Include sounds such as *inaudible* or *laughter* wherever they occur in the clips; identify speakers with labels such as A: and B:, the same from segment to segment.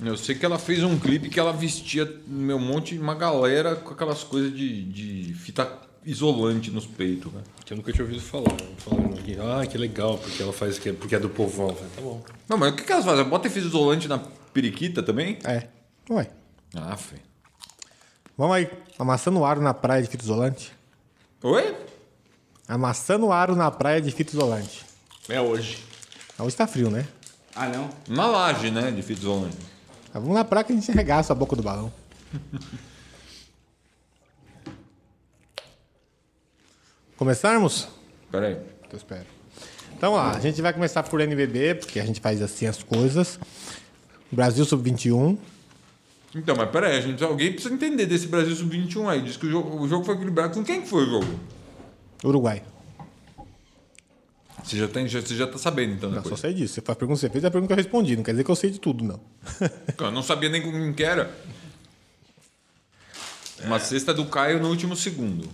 A: Eu sei que ela fez um clipe que ela vestia meu um monte uma galera com aquelas coisas de, de fita isolante nos peitos, né?
B: Que eu nunca tinha ouvido falar. Falando aqui, ah, que legal, porque ela faz que porque é do povão. Eu falei, tá bom.
A: Não, mas o que, que elas fazem? Bota fita isolante na periquita também?
C: É. Ué.
A: Ah, fé.
C: Vamos aí. Amassando aro na praia de fita isolante.
A: Oi?
C: Amassando aro na praia de fita isolante.
B: É hoje.
C: Ah, Hoje tá frio, né?
D: Ah, não?
A: Na laje, né? De fita isolante.
C: Ah, vamos na praia que a gente arregaça a boca do balão. *laughs* Começarmos?
A: Pera aí.
C: Eu espero. Então, ó, a gente vai começar por NBB, porque a gente faz assim as coisas. Brasil Sub-21.
A: Então, mas pera aí, a gente, alguém precisa entender desse Brasil Sub-21 aí. Diz que o jogo, o jogo foi equilibrado. Com quem que foi o jogo?
C: Uruguai.
A: Você já, tem, já, você já tá sabendo, então,
C: Eu só
A: depois.
C: sei disso. Você faz a pergunta que você fez, é a pergunta que eu respondi. Não quer dizer que eu sei de tudo, não.
A: Eu não sabia nem com quem que era.
B: É.
A: Uma cesta do Caio no último segundo.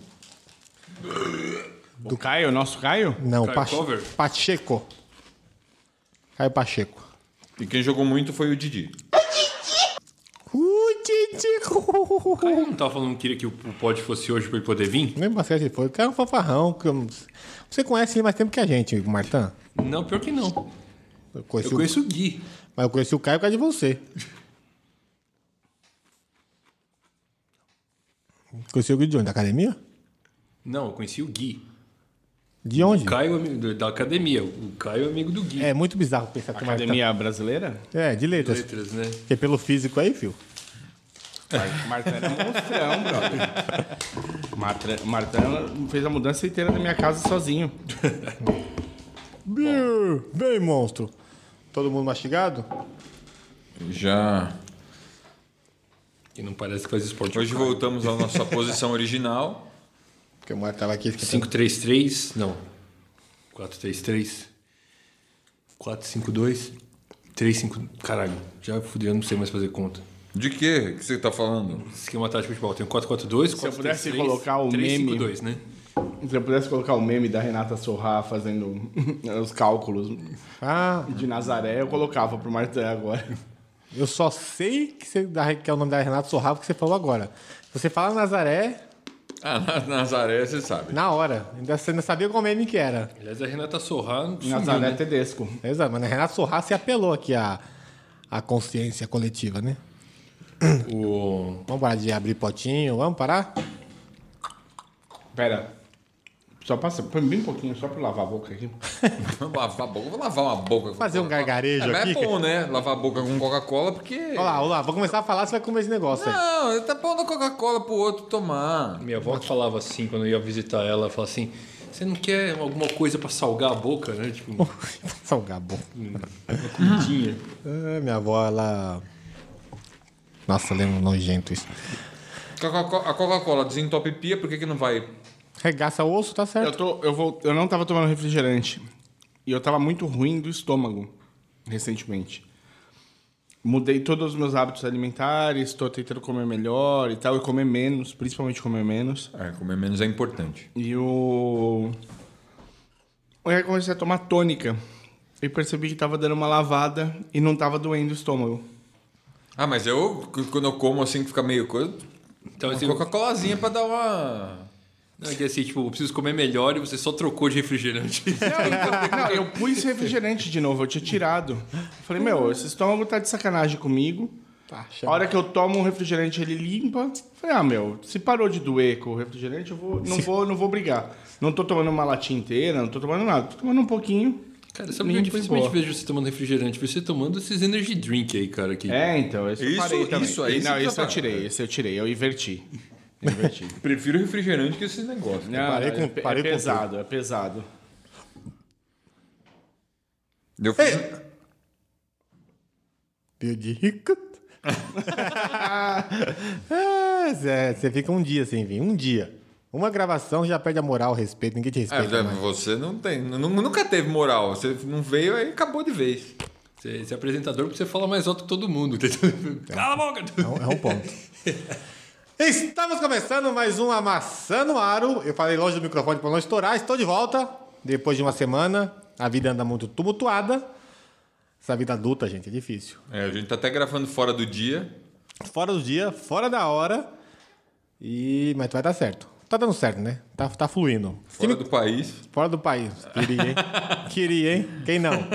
D: Do Caio, nosso Caio?
C: Não,
B: Caio
C: Pache-
B: Cover?
C: Pacheco. Caio Pacheco.
A: E quem jogou muito foi o Didi.
C: Uh, Titi!
B: Eu não tava falando que queria que o o pod fosse hoje pra ele poder vir?
C: Nem basquete ele foi. O cara é um fanfarrão. que eu- Você conhece ele mais tempo que a gente, Martã.
B: Não, pior que não.
C: Eu conheci
B: Eu
C: o-
B: conheço o Gui.
C: Mas eu conheci o Caio por causa de você. Conheci o Gui de onde? Da academia?
B: Não, eu conheci o Gui.
C: De onde?
B: O Caio é amigo do- da academia. O Caio é amigo do Gui.
C: É muito bizarro pensar que o Martã...
D: Academia Brasileira?
C: É, de letras.
B: Letras, né?
C: Porque pelo físico aí, fio.
D: Marta era um monstrão, brother. Marta, Marta fez a mudança inteira da minha casa sozinho.
C: Brrr, Vem, monstro. Todo mundo mastigado?
A: Já.
B: Que não parece que faz esporte.
A: Hoje
B: O Caio.
A: voltamos à nossa posição original.
C: Porque o Martã tava aqui... esquecendo.
B: 533, não. 433. 452. 35. Caralho, já fudeu, eu não sei mais fazer conta.
A: De quê? que você tá falando?
B: Esquema tático de futebol. Tem um o 442, Se
D: eu pudesse colocar o meme-
B: 352, né?
D: Se eu pudesse colocar o meme da Renata Sorrá fazendo *laughs* os cálculos
C: Ah,
D: de Nazaré, eu colocava pro Martã agora.
C: eu só sei que, você, dá- que é o nome da Renata Sorrava que você falou agora. Você fala Nazaré
A: Ah, na- Nazaré, você sabe.
C: na hora. Ainda você não sabia qual meme que era. É
B: Aliás, a Renata Sorrá sumiu,
D: Nazaré
B: né?
D: Tedesco.
C: Exato, mas na Renato Sorra se apelou aqui à, à consciência coletiva, né?
B: O...
C: Vamos parar de abrir potinho, vamos parar?
D: Pera. Só passa põe bem pouquinho, só pra eu lavar a boca aqui.
A: Vamos lavar a boca. Vou lavar uma boca. com
C: Fazer um
A: Coca-Cola.
C: gargarejo
A: é, mas
C: aqui.
A: É bom, né? Lavar a boca com Coca-Cola, porque...
C: Olha lá, olha lá, vou começar a falar, você vai comer esse negócio aí. *laughs*
A: Não, ele tá pondo a Coca-Cola pro outro tomar.
B: Minha avó que falava assim, quando eu ia visitar ela, ela falava assim, você não quer alguma coisa pra salgar a boca, né? Tipo, uma
C: Salgabão.
B: comidinha.
C: um Ah, minha avó, ela. Nossa, eu lembro nojento isso.
A: Coca-Co- A Coca-Cola desentope pia, por que, que não vai?
C: Regaça osso, tá
D: Eu,
C: certo?
D: tô, eu, vou, eu não tava tomando refrigerante. E eu tava muito ruim do estômago recentemente. Mudei todos os meus hábitos alimentares, tô tentando comer melhor e tal, e comer menos, principalmente comer menos.
A: É, comer menos é importante.
D: E o. Eu comecei a tomar tônica. E percebi que tava dando uma lavada e não tava doendo o estômago.
A: Ah, mas eu, c- quando eu como assim, que fica meio coisa,
B: Então, assim,
A: uma Coca-Colazinha pra dar uma...
B: não, é que assim, tipo, eu preciso comer melhor e você só trocou de refrigerante.
D: Não, eu pus refrigerante de novo, eu tinha tirado. Eu Falei, meu, esse estômago tá de sacanagem comigo.
C: Tá,
D: A
C: chama.
D: hora que eu tomo um refrigerante, ele limpa. Falei, ah, meu, se parou de doer com o refrigerante, eu vou, não, vou, não vou brigar. Não tô tomando uma latinha inteira, não tô tomando nada. Tô tomando um pouquinho.
B: Cara, sabe que eu
D: Limpa e
B: dificilmente
D: boa.
B: vejo você tomando refrigerante? Você tomando esses energy drink aí, cara. Que...
D: É, então, esse eu
A: Isso-
D: parei também.
A: isso aí
D: E, Não,
A: você
D: esse eu
A: tá-
D: tirei, esse eu tirei, eu inverti. Inverti.
A: Prefiro refrigerante que esses negócios.
D: Não,
C: parei
D: é
C: com-
D: pe-
C: parei
D: é
C: com
D: pesado, é pesado.
A: Eu fiz... um-
C: Pio de *laughs* rico. Ah, Zé, você fica um dia sem vir, um dia. Uma gravação já perde a moral, o respeito, ninguém te
A: Ah,
C: respeita. mais.
A: você não tem, nu- nunca teve moral. Você não veio aí acabou de vez.
B: Você, esse apresentador, porque você fala mais alto que todo mundo. *laughs* entendeu? Cala a boca!
C: É um, é um ponto. *laughs* Estamos começando mais um Amassando Aro. Eu falei longe do microfone para não estourar. Estou de volta depois de uma semana. A vida anda muito tumultuada. Essa vida adulta, gente, é difícil.
A: É, a gente tá até gravando fora do dia.
C: Fora do dia, fora da hora. E... Mas vai dar certo. Tá dando certo, né? Tá, tá fluindo. Se
A: Fora
C: me-
A: do país.
C: Fora do país. Queria,
A: *laughs*
C: hein? Queria, hein? Quem não?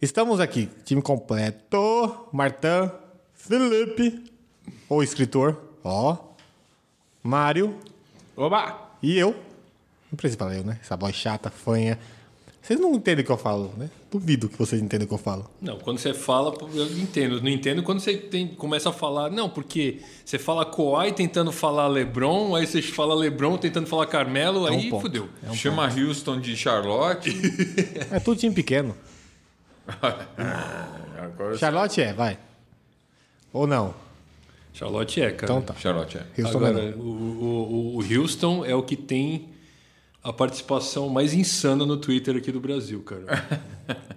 C: Estamos aqui, time completo. Martã, Felipe, o escritor, ó. Mário
D: Oba!
C: e eu. Não precisa falar eu, né? Essa voz chata, fanha. Vocês não entendem o que eu falo, né? Duvido que vocês entendam o que eu falo.
B: Não, quando você fala, eu entendo. Não entendo quando você tem- começa a falar. Não, porque você fala Kawhi tentando falar Lebron, aí você fala Lebron tentando falar Carmelo, aí
C: É um ponto.
B: fudeu.
A: Chama Houston de
B: *laughs*
A: Charlotte.
C: É tudo time pequeno.
A: Agora
C: Charlotte é, vai. Ou não.
B: Charlotte é, cara.
C: Então tá.
A: Charlotte é.
C: Houston não é
B: Agora, o, o- o- o Houston é o que tem a participação mais insana no Twitter aqui do Brasil,
C: *laughs*
B: cara.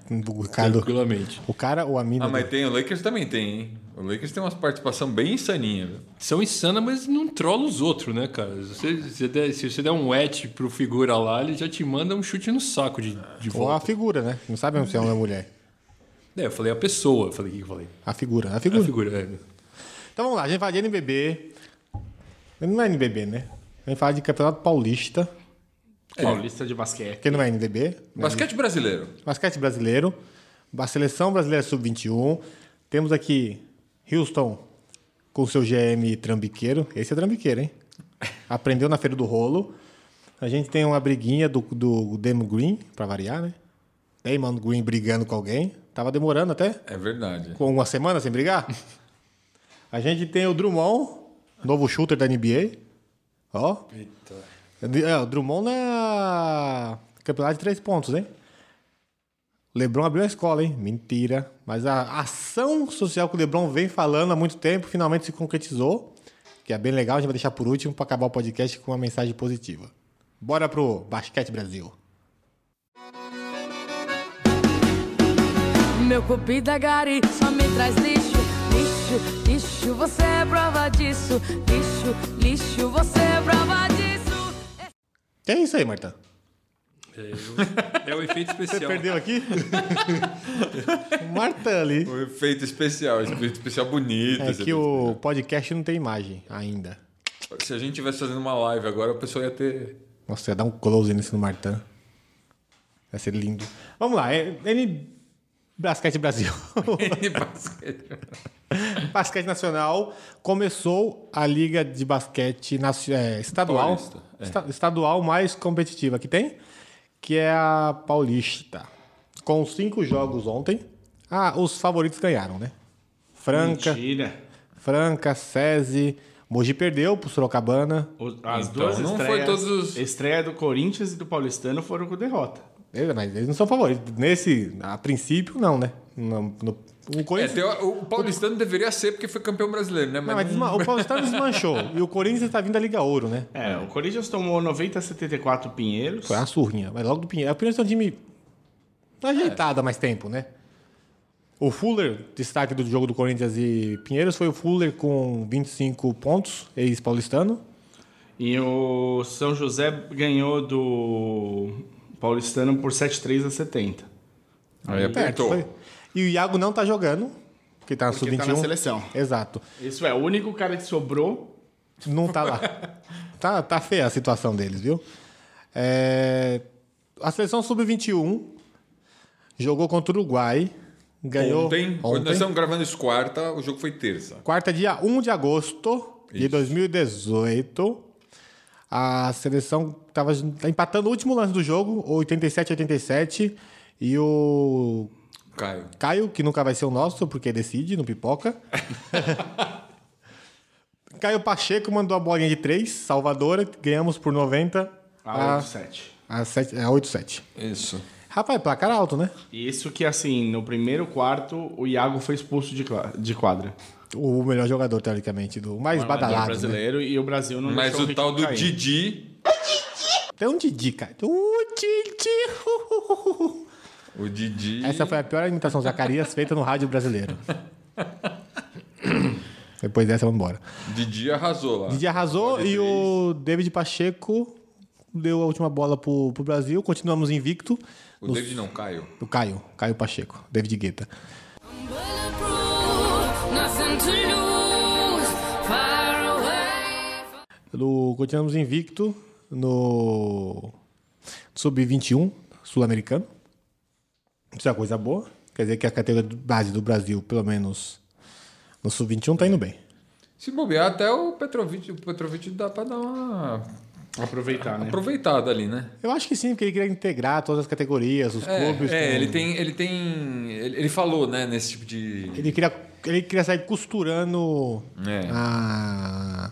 C: não. O cara, do-
B: Tranquilamente.
C: o cara ou a mina.
A: é. Ah, mas
C: do-
A: tem, o Lakers também tem, hein? O Lakers tem umas participação bem insaninha, viu?
B: São insanas, mas não trola os outros, né, cara? Se você, se der, se você der um et pro figura lá, ele já te manda um chute no saco de, de
C: Ou a
B: volta.
C: figura, né? Não sabe se é homem ou mulher.
B: É, eu falei a pessoa. Eu Falei o que que eu falei?
C: A figura, a
B: A
C: figura.
B: figura, é.
C: Então vamos lá, a gente fala de NBB. Não é NBB, né? A gente fala de Campeonato Paulista, É.
D: Paulista de basquete.
C: que não é NBB.
A: Basquete brasileiro.
C: Basquete brasileiro, a seleção brasileira sub-21. Temos aqui Houston com seu GM trambiqueiro. Esse é trambiqueiro, hein? Aprendeu na feira do rolo. A gente tem uma briguinha do, do Damon Green, pra variar, né? Damon Green brigando com alguém. Tava demorando até.
A: É verdade.
C: Com uma semana sem brigar? A gente tem o Drummond, novo shooter da NBA. Ó. É, o Drummond na campeonato de três pontos, hein? Lebron abriu a escola, hein? Mentira. Mas a ação social que o Lebron vem falando há muito tempo finalmente se concretizou. Que é bem legal, a gente vai deixar por último para acabar o podcast com uma mensagem positiva. Bora pro Basquete Brasil.
E: Meu cupida garimpa me traz lixo, lixo, lixo, você é prova disso. Lixo, lixo, você é prova disso.
C: Que é isso aí, Marta?
B: É, o- é o efeito especial.
C: Você perdeu
B: *laughs*
C: aqui? Marta ali.
A: O efeito especial, esse efeito especial bonito.
C: É
A: esse
C: que
A: efeito
C: o podcast não tem imagem ainda.
A: especial. Se a gente tivesse fazendo uma live agora, o pessoal ia ter.
C: Nossa, ia dar um close nesse no Martã. Vai ser lindo. Vamos lá, é- N... Basquete
A: *laughs*
C: Brasil. *laughs*
A: basquete.
C: basquete Nacional começou a liga de basquete nacio- é, estadual.
A: Paulista, é.
C: esta- Estadual mais competitiva que tem, que é a Paulista. Com cinco jogos ontem. Ah, os favoritos ganharam, né? Franca,
D: Mentira.
C: Franca, SESI. Mogi perdeu pro Sorocabana.
D: Os- As
A: Então,
D: duas
A: não foi
D: estreias,
A: todos os-
D: estreia do Corinthians e do Paulistano foram com derrota.
C: Beleza, mas eles não são favoritos. Nesse, a princípio, não, né? No- no- o
A: É,
C: Corinthians.
A: teo- o Paulistano deveria ser porque foi campeão brasileiro, né?
C: Não, mas desma- o Paulistano desmanchou. E o Corinthians tá vindo da Liga Ouro, né?
D: É, o Corinthians tomou 90 a 74 Pinheiros.
C: Foi uma surrinha. Mas logo do Pinheiro. O Pinheiro é um time ajeitado há mais tempo, né? O Fuller, destaque do jogo do Corinthians e Pinheiros, foi o Fuller com 25 pontos, ex-paulistano.
D: E o São José ganhou do Paulistano por 73 a 70.
A: Aí apertou.
C: Foi- E o Iago não tá jogando, porque tá
D: Porque tá
C: sub-21.
D: na seleção.
C: Exato.
D: Isso é, o único cara que sobrou.
C: Não tá lá.
A: *laughs*
C: tá, tá feia a situação deles, viu? É, A seleção sub-21 jogou contra o Uruguai. Ganhou
A: Ontem, quando nós estamos gravando isso quarta, o jogo foi terça.
C: Quarta, dia 1 de agosto de
A: Isso.
C: 2018. A seleção estava empatando o último lance do jogo, 87 87. E o
A: Caio.
C: Caio, que nunca vai ser o nosso, porque decide no pipoca. *laughs* Caio Pacheco mandou a bolinha de 3, Salvadora, que ganhamos por 90
D: A
C: a,
D: 87.
C: a, sete- a 8-7.
A: Isso.
C: Rapaz, placar alto, né?
D: E Isso que, assim, no primeiro quarto, o Iago foi expulso de cla- de quadra.
C: O melhor jogador, teoricamente, do mais
D: O
C: badalado. né?
D: brasileiro e o Brasil não
A: Mas
D: deixou
A: o tal do
D: ritmo cair.
A: Didi
C: Tem um Didi, cara. Um Didi.
A: O Didi.
C: Essa foi a pior imitação do Zacarias feita no rádio brasileiro. Depois dessa, vamos embora.
A: Didi arrasou lá.
C: Didi arrasou
A: Olha,
C: e
A: fez.
C: o David Pacheco deu a última bola pro, pro Brasil. Continuamos invicto.
A: O David não, Caio.
C: O Caio, Caio Pacheco, David Guetta.
E: Bulletproof, nothing to lose. Far away.
C: Do, continuamos invicto no Sub-21 sul-americano. Isso é uma coisa boa. Quer dizer que a categoria de base do Brasil, pelo menos no Sub-21,
A: É.
C: tá indo bem.
A: Se bobear, até o Petrovic. O Petrovic dá pra dar uma
D: Aproveitar, né?
A: aproveitada ali, né?
C: Eu acho que sim, porque ele queria integrar todas as categorias, os clubes.
A: É,
C: com-
A: ele tem. Ele tem. Ele, ele falou, né, nesse tipo de.
C: Ele queria, ele queria sair costurando
A: É.
C: a-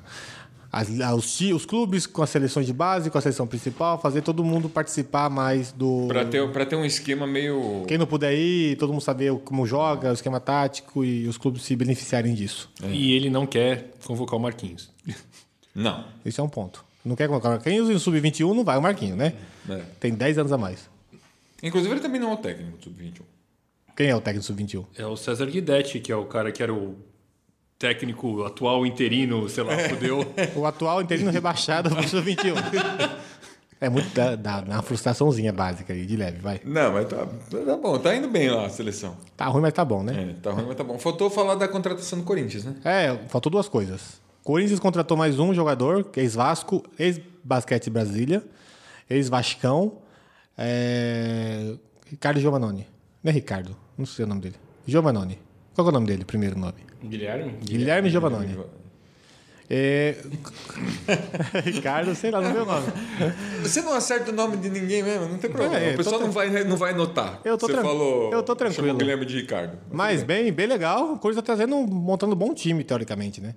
C: as- a- os, ti- os clubes com as seleções de base, com a seleção principal, fazer todo mundo participar mais do.
A: Pra ter, pra ter um esquema meio.
C: Quem não puder ir, todo mundo saber o- como joga, o esquema tático e os clubes se beneficiarem disso.
B: E ele não quer convocar o Marquinhos.
A: Não.
C: Isso é um ponto. Não quer colocar o Marquinhos e no Sub-21 não vai o Marquinhos, né?
A: É.
C: Tem 10 anos a mais.
A: Inclusive, ele também não é o técnico do Sub-21.
C: Quem é o técnico do Sub-21?
B: É o César Guidetti, que é o cara que era o técnico atual interino, sei lá, *laughs* fudeu.
C: O atual interino rebaixado do Sub-21. *laughs* É muito da, da, da frustraçãozinha básica aí, de leve, vai.
A: Não, mas tá, tá bom, tá indo bem lá a seleção.
C: Tá ruim, mas tá bom, né?
A: É, tá ruim, mas tá bom. Faltou falar da contratação do Corinthians, né?
C: É, faltou duas coisas. Corinthians contratou mais um jogador, que é ex-Vasco, ex-Basquete Brasília, ex-Vascão, é... Ricardo Giovanoni. Não é Ricardo, não sei o nome dele. Giovanoni. Qual que é o nome dele, primeiro nome?
D: Guilherme?
C: Guilherme Giovanoni. É... *laughs* Ricardo, sei lá, não meu nome.
A: Você não acerta o nome de ninguém mesmo, não tem problema.
C: É, eu
A: o
C: tô
A: pessoal
C: tran-
A: não vai, não vai notar.
C: Eu tô
A: Você
C: tran-
A: falou.
C: eu tô tranquilo.
A: chamou Guilherme de Ricardo.
C: Mas bem, bem legal. O Corinthians tá trazendo, um- montando um bom time, teoricamente, né?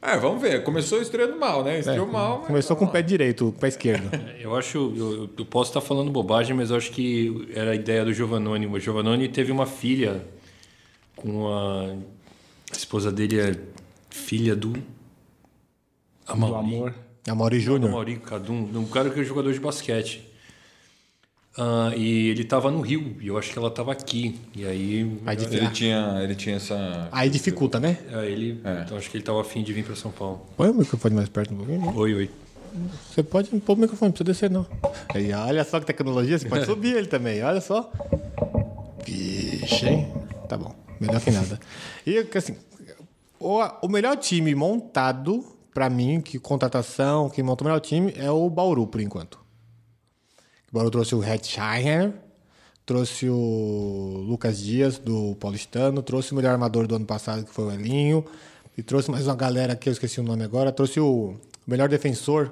A: É, vamos ver. Começou estreando mal, né? Estreou mal. mas
C: É, Começou com o
A: vamos
C: pé direito, o pé *laughs* esquerdo.
B: Eu acho, eu, eu posso estar falando bobagem, mas eu acho que era a ideia do Giovannone. O Giovannone teve uma filha com a esposa dele, é filha do. Amauri.
D: Do amor.
C: Amaury
B: Do
C: Júnior.
B: Amauri Cadum, de um cara que é jogador de basquete. Ah, e ele tava no Rio, e eu acho que ela tava aqui. E aí.
C: Aí,
A: lá. Ele
C: dificulta-
A: tinha, ele tinha essa.
C: aí dificulta, né?
B: aí ele, Então acho que ele tava afim de vir para São Paulo.
C: Põe o microfone mais perto um pouquinho. né?
B: Oi, oi.
C: Você pode pôr o microfone, não precisa descer, não. Aí, olha só que tecnologia, você *laughs* pode subir ele também, olha só. Vixe, hein? Tá bom, melhor que nada. E, assim, o, o melhor time montado, pra mim, que contratação, que monta o melhor time, é o Bauru, por enquanto. O Bauru trouxe o Hetzheimer, trouxe o Lucas Dias, do Paulistano, trouxe o melhor armador do ano passado, que foi o Elinho, e trouxe mais uma galera que eu esqueci o nome agora, trouxe o melhor defensor,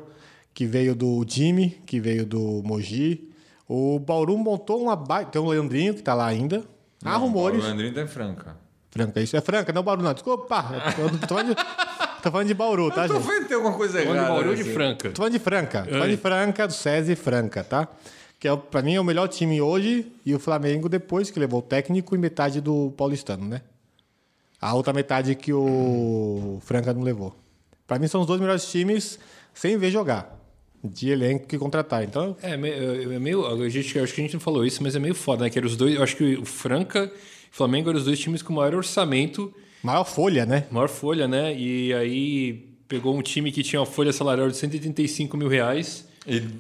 C: que veio do Jimmy, que veio do Mogi. O Bauru montou uma baita... Tem o Leandrinho, que tá lá ainda. Há rumores...
A: O Leandrinho tá em Franca.
C: Franca, isso é Franca, não Bauru, não. Desculpa. Eu tô, tô falando de, tô falando de É. Bauru, tá,
A: Tô
C: gente?
A: vendo que tem alguma coisa
B: Olha
A: errada.
B: o Bauru de
A: nesse-
B: Franca.
C: Tô falando de Franca. Tô falando de Franca, do SESI e Franca, tá? Que é, o- pra mim é o melhor time hoje e o Flamengo depois, que levou o técnico e metade do paulistano, né? A outra metade que o Franca não levou. Pra mim são os dois melhores times sem ver jogar. De elenco que contratar. Então,
B: É, me- é é meio. A gente, acho que a gente não falou isso, mas é meio foda, né? Que eram os dois. Eu acho que o Franca e o Flamengo eram os dois times com maior orçamento,
C: maior folha, né?
B: maior folha, né? E aí pegou um time que tinha uma folha salarial de 185 mil reais.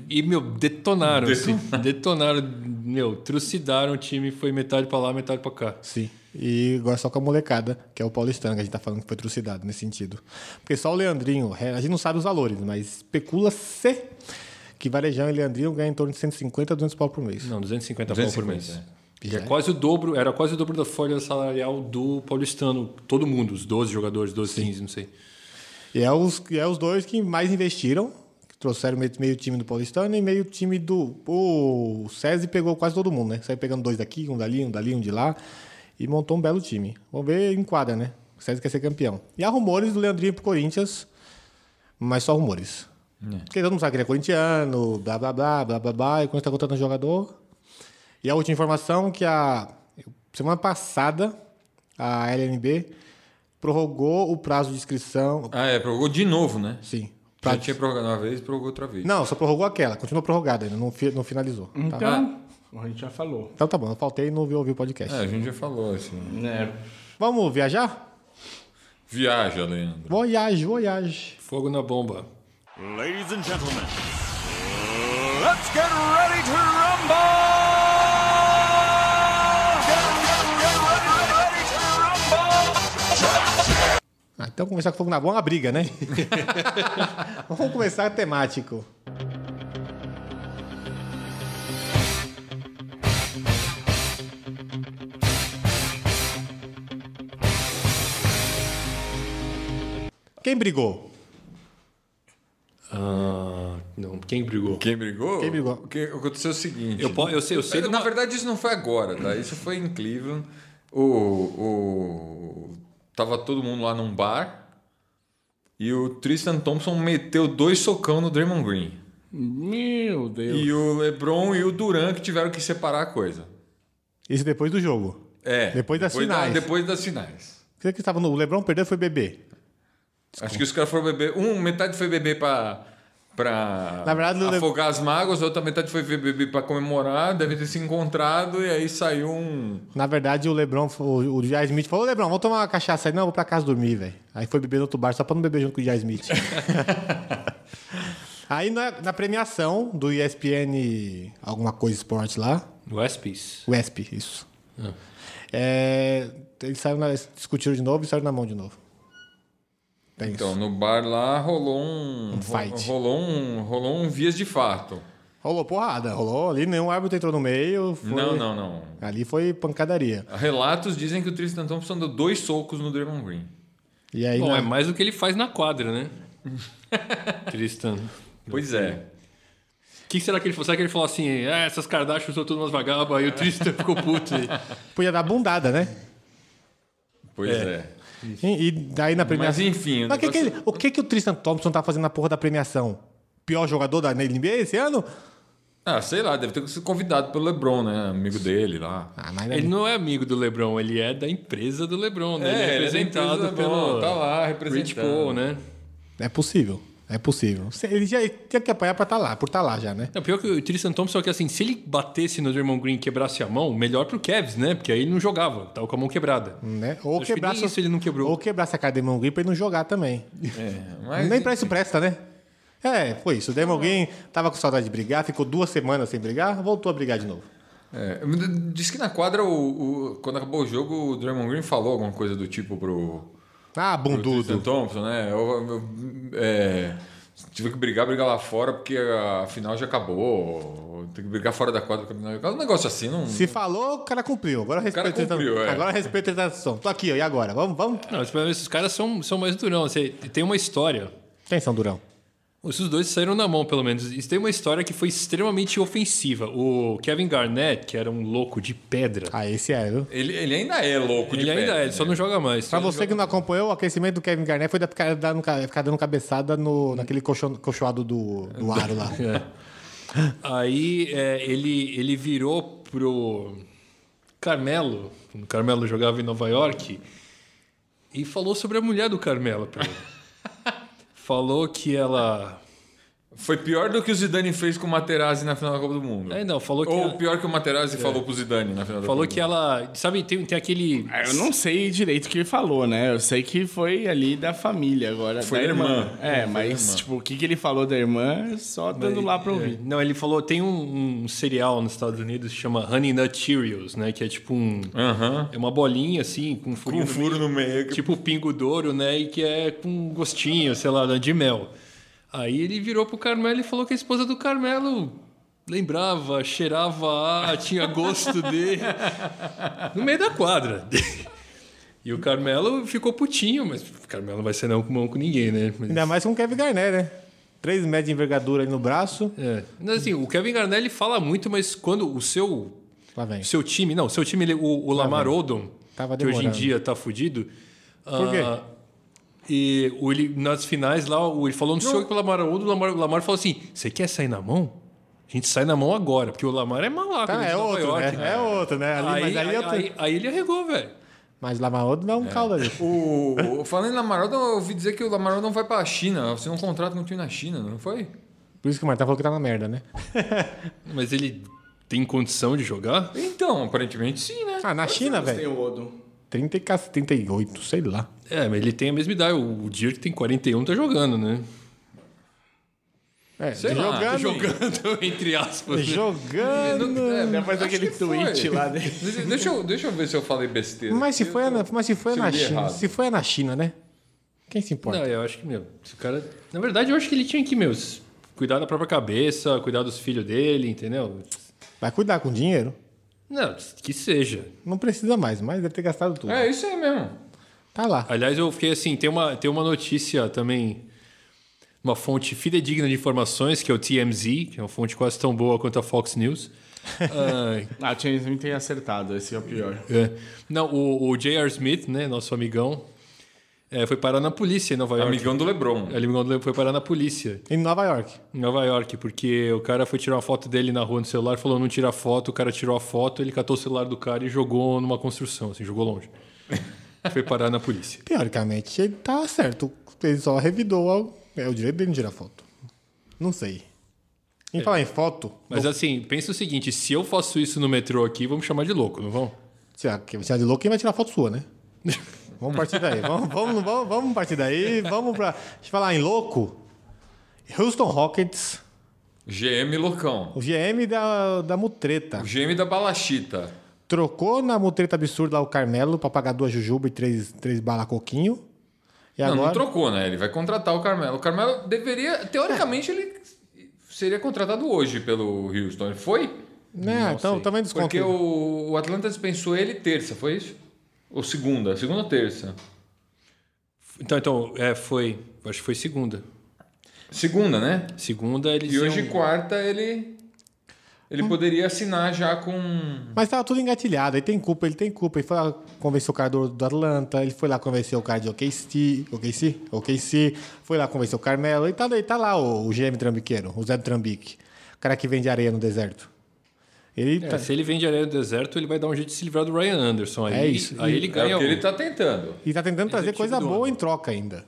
B: E, meu, detonaram. assim. Detonaram. Meu, trucidaram o time, foi metade pra lá, metade pra cá.
C: Sim. E agora só com a molecada, que é o paulistano, que a gente tá falando que foi trucidado nesse sentido. Porque só o Leandrinho, re- a gente não sabe os valores, mas especula-se que Varejão e Leandrinho ganham em torno de 150 a 200 pau por mês.
B: Não, 250, pau por
A: 250,
B: mês. Que é quase o dobro, era quase o dobro da folha salarial do paulistano, todo mundo, os 12 jogadores, 12, 15, não sei.
C: E é os, e é os dois que mais investiram, que trouxeram meio, meio time do paulistano e meio time do... O SESI pegou quase todo mundo, né? Saiu pegando dois daqui, um dali, um dali, um de lá. E montou um belo time. Vamos ver em quadra, né? O SESI quer ser campeão. E há rumores do Leandrinho pro Corinthians, mas só rumores. Porque todo mundo sabe que ele é corintiano, blá blá blá, blá blá blá, e quando está contratando jogador. E a última informação que a semana passada a LNB prorrogou o prazo de inscrição.
A: Ah, é, provocou de novo, né?
C: Sim.
A: Já tinha prorrogado uma vez e prorrogou outra vez.
C: Não, só prorrogou aquela. Continua prorrogada ainda. Não, fi- não finalizou. tá?
D: Então, a gente já falou.
C: Então tá bom. Eu faltei e não ouvi, ouvi o podcast.
A: É, a gente já falou assim.
C: Vamos viajar?
A: Viaja, Leandro.
C: Voyage, voyage.
B: Fogo na bomba.
F: Ladies and gentlemen, let's get ready to rumble! Get, get, get ready, ready to rumble!
C: Ah, então começar com fogo na bola é uma briga, né? Vamos começar temático. Quem brigou?
B: Ah, não. Quem brigou?
A: Quem brigou?
C: Quem brigou?
A: O que aconteceu é o seguinte.
B: Eu, po- eu sei, eu sei. de
A: Na
B: uma-
A: verdade, isso não foi agora, tá? Isso foi em Cleveland. O, o, tava todo mundo lá num bar e o Tristan Thompson meteu dois socão no Draymond Green.
D: Meu Deus.
A: E o LeBron e o Duran que tiveram que separar a coisa.
C: Isso depois do jogo.
A: É.
C: Depois das finais.
A: da- depois das finais.
C: Você que estava no. O Lebron perdeu foi bebê.
A: Acho que os caras foram beber. Um, metade foi beber pra. Pra
C: Na verdade, o Le-
A: afogar as mágoas, a outra metade foi beber pra comemorar, deve ter se encontrado e aí saiu um.
C: Na verdade, o Lebron, falou- o Jai Smith falou: "Ô, Lebron, vamos tomar uma cachaça aí. Não, eu vou pra casa dormir, velho. Aí foi beber no outro bar só pra não beber junto com o
A: *laughs*
C: Jai Smith. aí na, na premiação do ESPN, alguma coisa esporte lá,
B: Westpiece.
C: o ESP, isso.
A: Ah.
C: É, eles saíram na, discutiram de novo e saíram na mão de novo. Tem É isso.
A: Então, no bar lá rolou um.
C: Um fight.
A: Rolou um, rolou um vias de fato.
C: Rolou porrada, rolou ali, nenhum árbitro entrou no meio. foi-
A: Não, não, não.
C: Ali foi pancadaria.
A: Relatos dizem que o Tristan Thompson deu dois socos no Draymond Green.
C: E aí,
B: Bom,
C: na-
B: é mais do que ele faz na quadra, né? Tristan.
A: Pois é.
B: O que será que ele falou? Será que ele falou assim, "É, essas Kardashians são todas umas vagabas, aí o Tristan ficou puto.
C: podia dar bundada, né?
A: Pois é.
C: E, e daí na
A: Mas
C: premiação.
A: enfim, o
C: Mas que que
A: negócio-
C: ele- o que, que o Tristan Thompson tá fazendo na porra da premiação? Pior jogador da NBA esse ano?
A: Ah, sei lá, deve ter sido convidado pelo LeBron, né? Amigo dele lá.
C: Ah, mas
B: Ele não é amigo do Lebron, ele é da empresa do Lebron, né?
A: É,
B: ele
A: ele
B: é
A: é da
B: representado
A: empresa do
B: pelo
A: LeBron, tá lá
B: Rich
A: representando.
B: Paul, né?
C: é possível. É possível. Se- Ele já ele tinha que apanhar pra tá lá, por tá lá já, né?
B: Não, pior que o Tristan Thompson é que assim, se ele batesse no Draymond Green e quebrasse a mão, melhor pro Cavs, né? Porque aí ele não jogava, tava com a mão quebrada.
C: Né? Ou
B: Acho que
C: quebrasse.
B: nem isso ele não quebrou.
C: Ou quebrasse a cara do Draymond Green pra ele não jogar também.
A: É, mas
C: Nem pra isso presta, né? É, foi isso. O Demon Green tava com saudade de brigar, ficou duas semanas sem brigar, voltou a brigar de novo.
A: É, diz que na quadra, o, o- quando acabou o jogo, o Draymond Green falou alguma coisa do tipo pro,
C: Ah,
A: Tristan
C: bundudo.
A: Thompson, né? Eu- eu- é, tive que brigar, brigar lá fora porque a final já acabou. Tem que brigar fora da quadra porque a final já acabou. Um negócio assim, não.
C: Se falou, o cara cumpriu. Agora respeita
A: cara cumpriu, é.
C: Agora respeita a tradição. Tô aqui, ó. E agora? Vamos,
B: Não,
C: vamos.
B: tipo, mas pelo menos esses caras são, são mais durão. Assim, tem uma história.
C: Quem são Durão?
B: Esses dois saíram na mão, pelo menos. Isso tem uma história que foi extremamente ofensiva. O Kevin Garnett, que era um louco de pedra,
C: Ah, esse é, viu?
A: Ele, ele ainda é louco de
B: ele ainda
A: pedra,
B: é, ele só não joga mais.
C: né? Pra
B: Só
C: você que não acompanhou, o aquecimento do Kevin Garnett foi da ficar dando, ca- ficar dando cabeçada no, naquele colchão- colchoado do, do aro lá.
B: Aí é, ele, ele virou pro Carmelo, quando o Carmelo jogava em Nova York, e falou sobre a mulher do Carmelo
A: *laughs*
B: pra ele. falou que ela.
A: Foi pior do que o Zidane fez com o Materazzi na final da Copa do Mundo.
B: É, não, falou que.
A: Ou
B: ela-
A: pior que o Materazzi falou pro Zidane na final da
B: falou
A: Copa
B: que ela. Sabe, tem, tem aquele.
A: É.
D: Ah, Eu não sei direito o que ele falou, né? Eu sei que foi ali da família agora.
A: Foi
D: da
A: a irmã.
D: É,
A: Foi
D: mas,
A: a irmã.
D: tipo, o que, que ele falou da irmã, só dando lá pra
B: É,
D: ouvir.
B: Não, ele falou, tem um, um cereal nos Estados Unidos que chama Honey Nut Cheerios, né? Que é tipo um.
A: do Mundo. Aham.
B: É uma bolinha assim, com um furinho
A: Ah. Com um
B: no
A: furo no meio. que-
B: tipo o pingo d'ouro, né? E que é com gostinho, sei lá, de mel. Aí ele virou pro Carmelo e falou que a esposa do Carmelo lembrava, cheirava, ah, tinha gosto dele. No meio da quadra. E o Carmelo ficou putinho, mas o Carmelo não vai ser não com mão com ninguém, né? Mas-
C: Ainda mais com o Kevin Garnett, né? Três metros de envergadura ali no braço.
B: é. Mas, assim, o Kevin Garnett ele fala muito, mas quando o seu
C: Lá vem.
B: O seu time, não, o seu time, ele- o, o Lamar Odom,
C: Tava
B: que hoje em
C: demorando.
B: dia tá fudido.
C: Por quê?
B: ah, e o, ele, nas finais lá, o- ele falou no show com o Lamar Odom, o Lamar, o Lamar falou assim: você quer sair na mão? A gente sai na mão agora, porque o Lamar é malaco.
C: Tá,
B: ele
C: é
B: de Nova
C: outro,
B: York,
C: né? É outro, né? Ali,
B: aí,
C: mas ali
B: aí-
C: eu tô-
B: aí- aí ele arregou, velho.
C: Mas Lamarodo dá um caldo ali.
A: O, o- falando em Lamarão, eu ouvi dizer que o Lamarão não vai pra China. Você não contrata com o time na China, não foi?
C: Por isso que o Martão falou que tá na merda, né?
B: Mas ele tem condição de jogar?
A: Então, aparentemente sim, né?
C: Ah, na China,
D: Tem
C: velho.
D: o Odo.
C: 30 e ca- 38, sei lá.
B: É, mas ele tem a mesma idade. O Dirk tem 41, tá jogando, né?
C: É,
A: Sei lá,
C: jogando. *laughs*
B: Jogando, entre aspas. né?
C: Jogando.
A: É,
D: Faz
A: acho
D: aquele
A: que foi.
D: tweet lá dele.
A: Deixa- Deixa eu, deixa eu ver se eu falei besteira.
C: Mas se
A: Eu
C: foi,
A: tô-
C: na, mas se foi
A: se
C: na
A: eu li
C: China.
A: errado.
C: Se foi na China, né? Quem se importa?
B: Não, eu acho que, meu, se o cara. Na verdade, eu acho que ele tinha que, meu, s- cuidar da própria cabeça, cuidar dos filhos dele, entendeu?
C: Vai cuidar com dinheiro?
B: Não, que seja.
C: Não precisa mais, mas deve ter gastado tudo.
A: É isso aí mesmo.
C: Tá lá.
B: Aliás, eu fiquei assim, tem uma, tem uma notícia também, uma fonte fidedigna de informações, que é o TMZ, que é uma fonte quase tão boa quanto a Fox News. Ah,
D: *laughs* Ah, tinha me tem acertado, esse é o pior.
B: é. Não, o, o J.R. Smith, né, nosso amigão, é, foi parar na polícia em Nova York.
A: Amigão do Lebron.
B: Ele me foi parar na polícia.
C: Em Nova York.
B: Em Nova York, porque o cara foi tirar uma foto dele na rua no celular, falou não tira foto, o cara tirou a foto, ele catou o celular do cara e jogou numa construção, assim, jogou longe. foi parar na polícia.
C: Teoricamente, ele tá certo. Ele só revidou. ao- É o direito dele de tirar foto. Não sei. Em falar em foto,
B: Mas assim, pensa o seguinte, se eu faço isso no metrô aqui, vão me chamar de louco, não vão?
C: se a, se a é de louco, quem vai tirar foto sua,
A: *laughs*
C: né? Vamos partir daí. Vamos, vamos, vamos, vamos partir daí. Vamos pra. Deixa eu falar em louco. Houston Rockets,
A: GM Loucão.
C: o GM da, da Mutreta.
A: O GM da Balachita.
C: Trocou na mutreta absurda lá o Carmelo pra pagar duas jujuba e três, três bala coquinho. E
A: Não,
C: agora.
A: não trocou, né? Ele vai contratar o Carmelo. O Carmelo deveria... Teoricamente,
C: É.
A: ele seria contratado hoje pelo Houston. Ele foi?
C: né, então também desconto.
A: Porque o, o Atlanta dispensou ele terça, foi isso? Ou segunda? Segunda ou terça?
B: Então, então, é, foi, acho que foi segunda.
A: Segunda, né?
B: Segunda eles
A: E hoje,
B: iam-
A: quarta, ele.
C: Hum.
A: Ele poderia assinar já com.
C: Mas tava tudo engatilhado. Ele tem culpa, ele tem culpa. Ele foi lá convencer o cara do, do Atlanta, ele foi lá convencer o cara de OKC, OKC, OKC, foi lá convencer o Carmelo. E tá, e tá lá o, o GM Trambiqueiro, o Zé do Trambique. O cara que vende areia no deserto. Ele
B: É,
C: tá-
B: se ele vende areia no deserto, ele vai dar um jeito de se livrar do Ryan Anderson. Aí,
C: É isso.
B: aí
C: E-
B: ele
A: É
B: ganha.
A: o que
B: o-
A: ele tá tentando.
C: e tá tentando trazer
A: é
B: Executivo
C: coisa
B: do
C: boa
B: ano.
C: em troca ainda.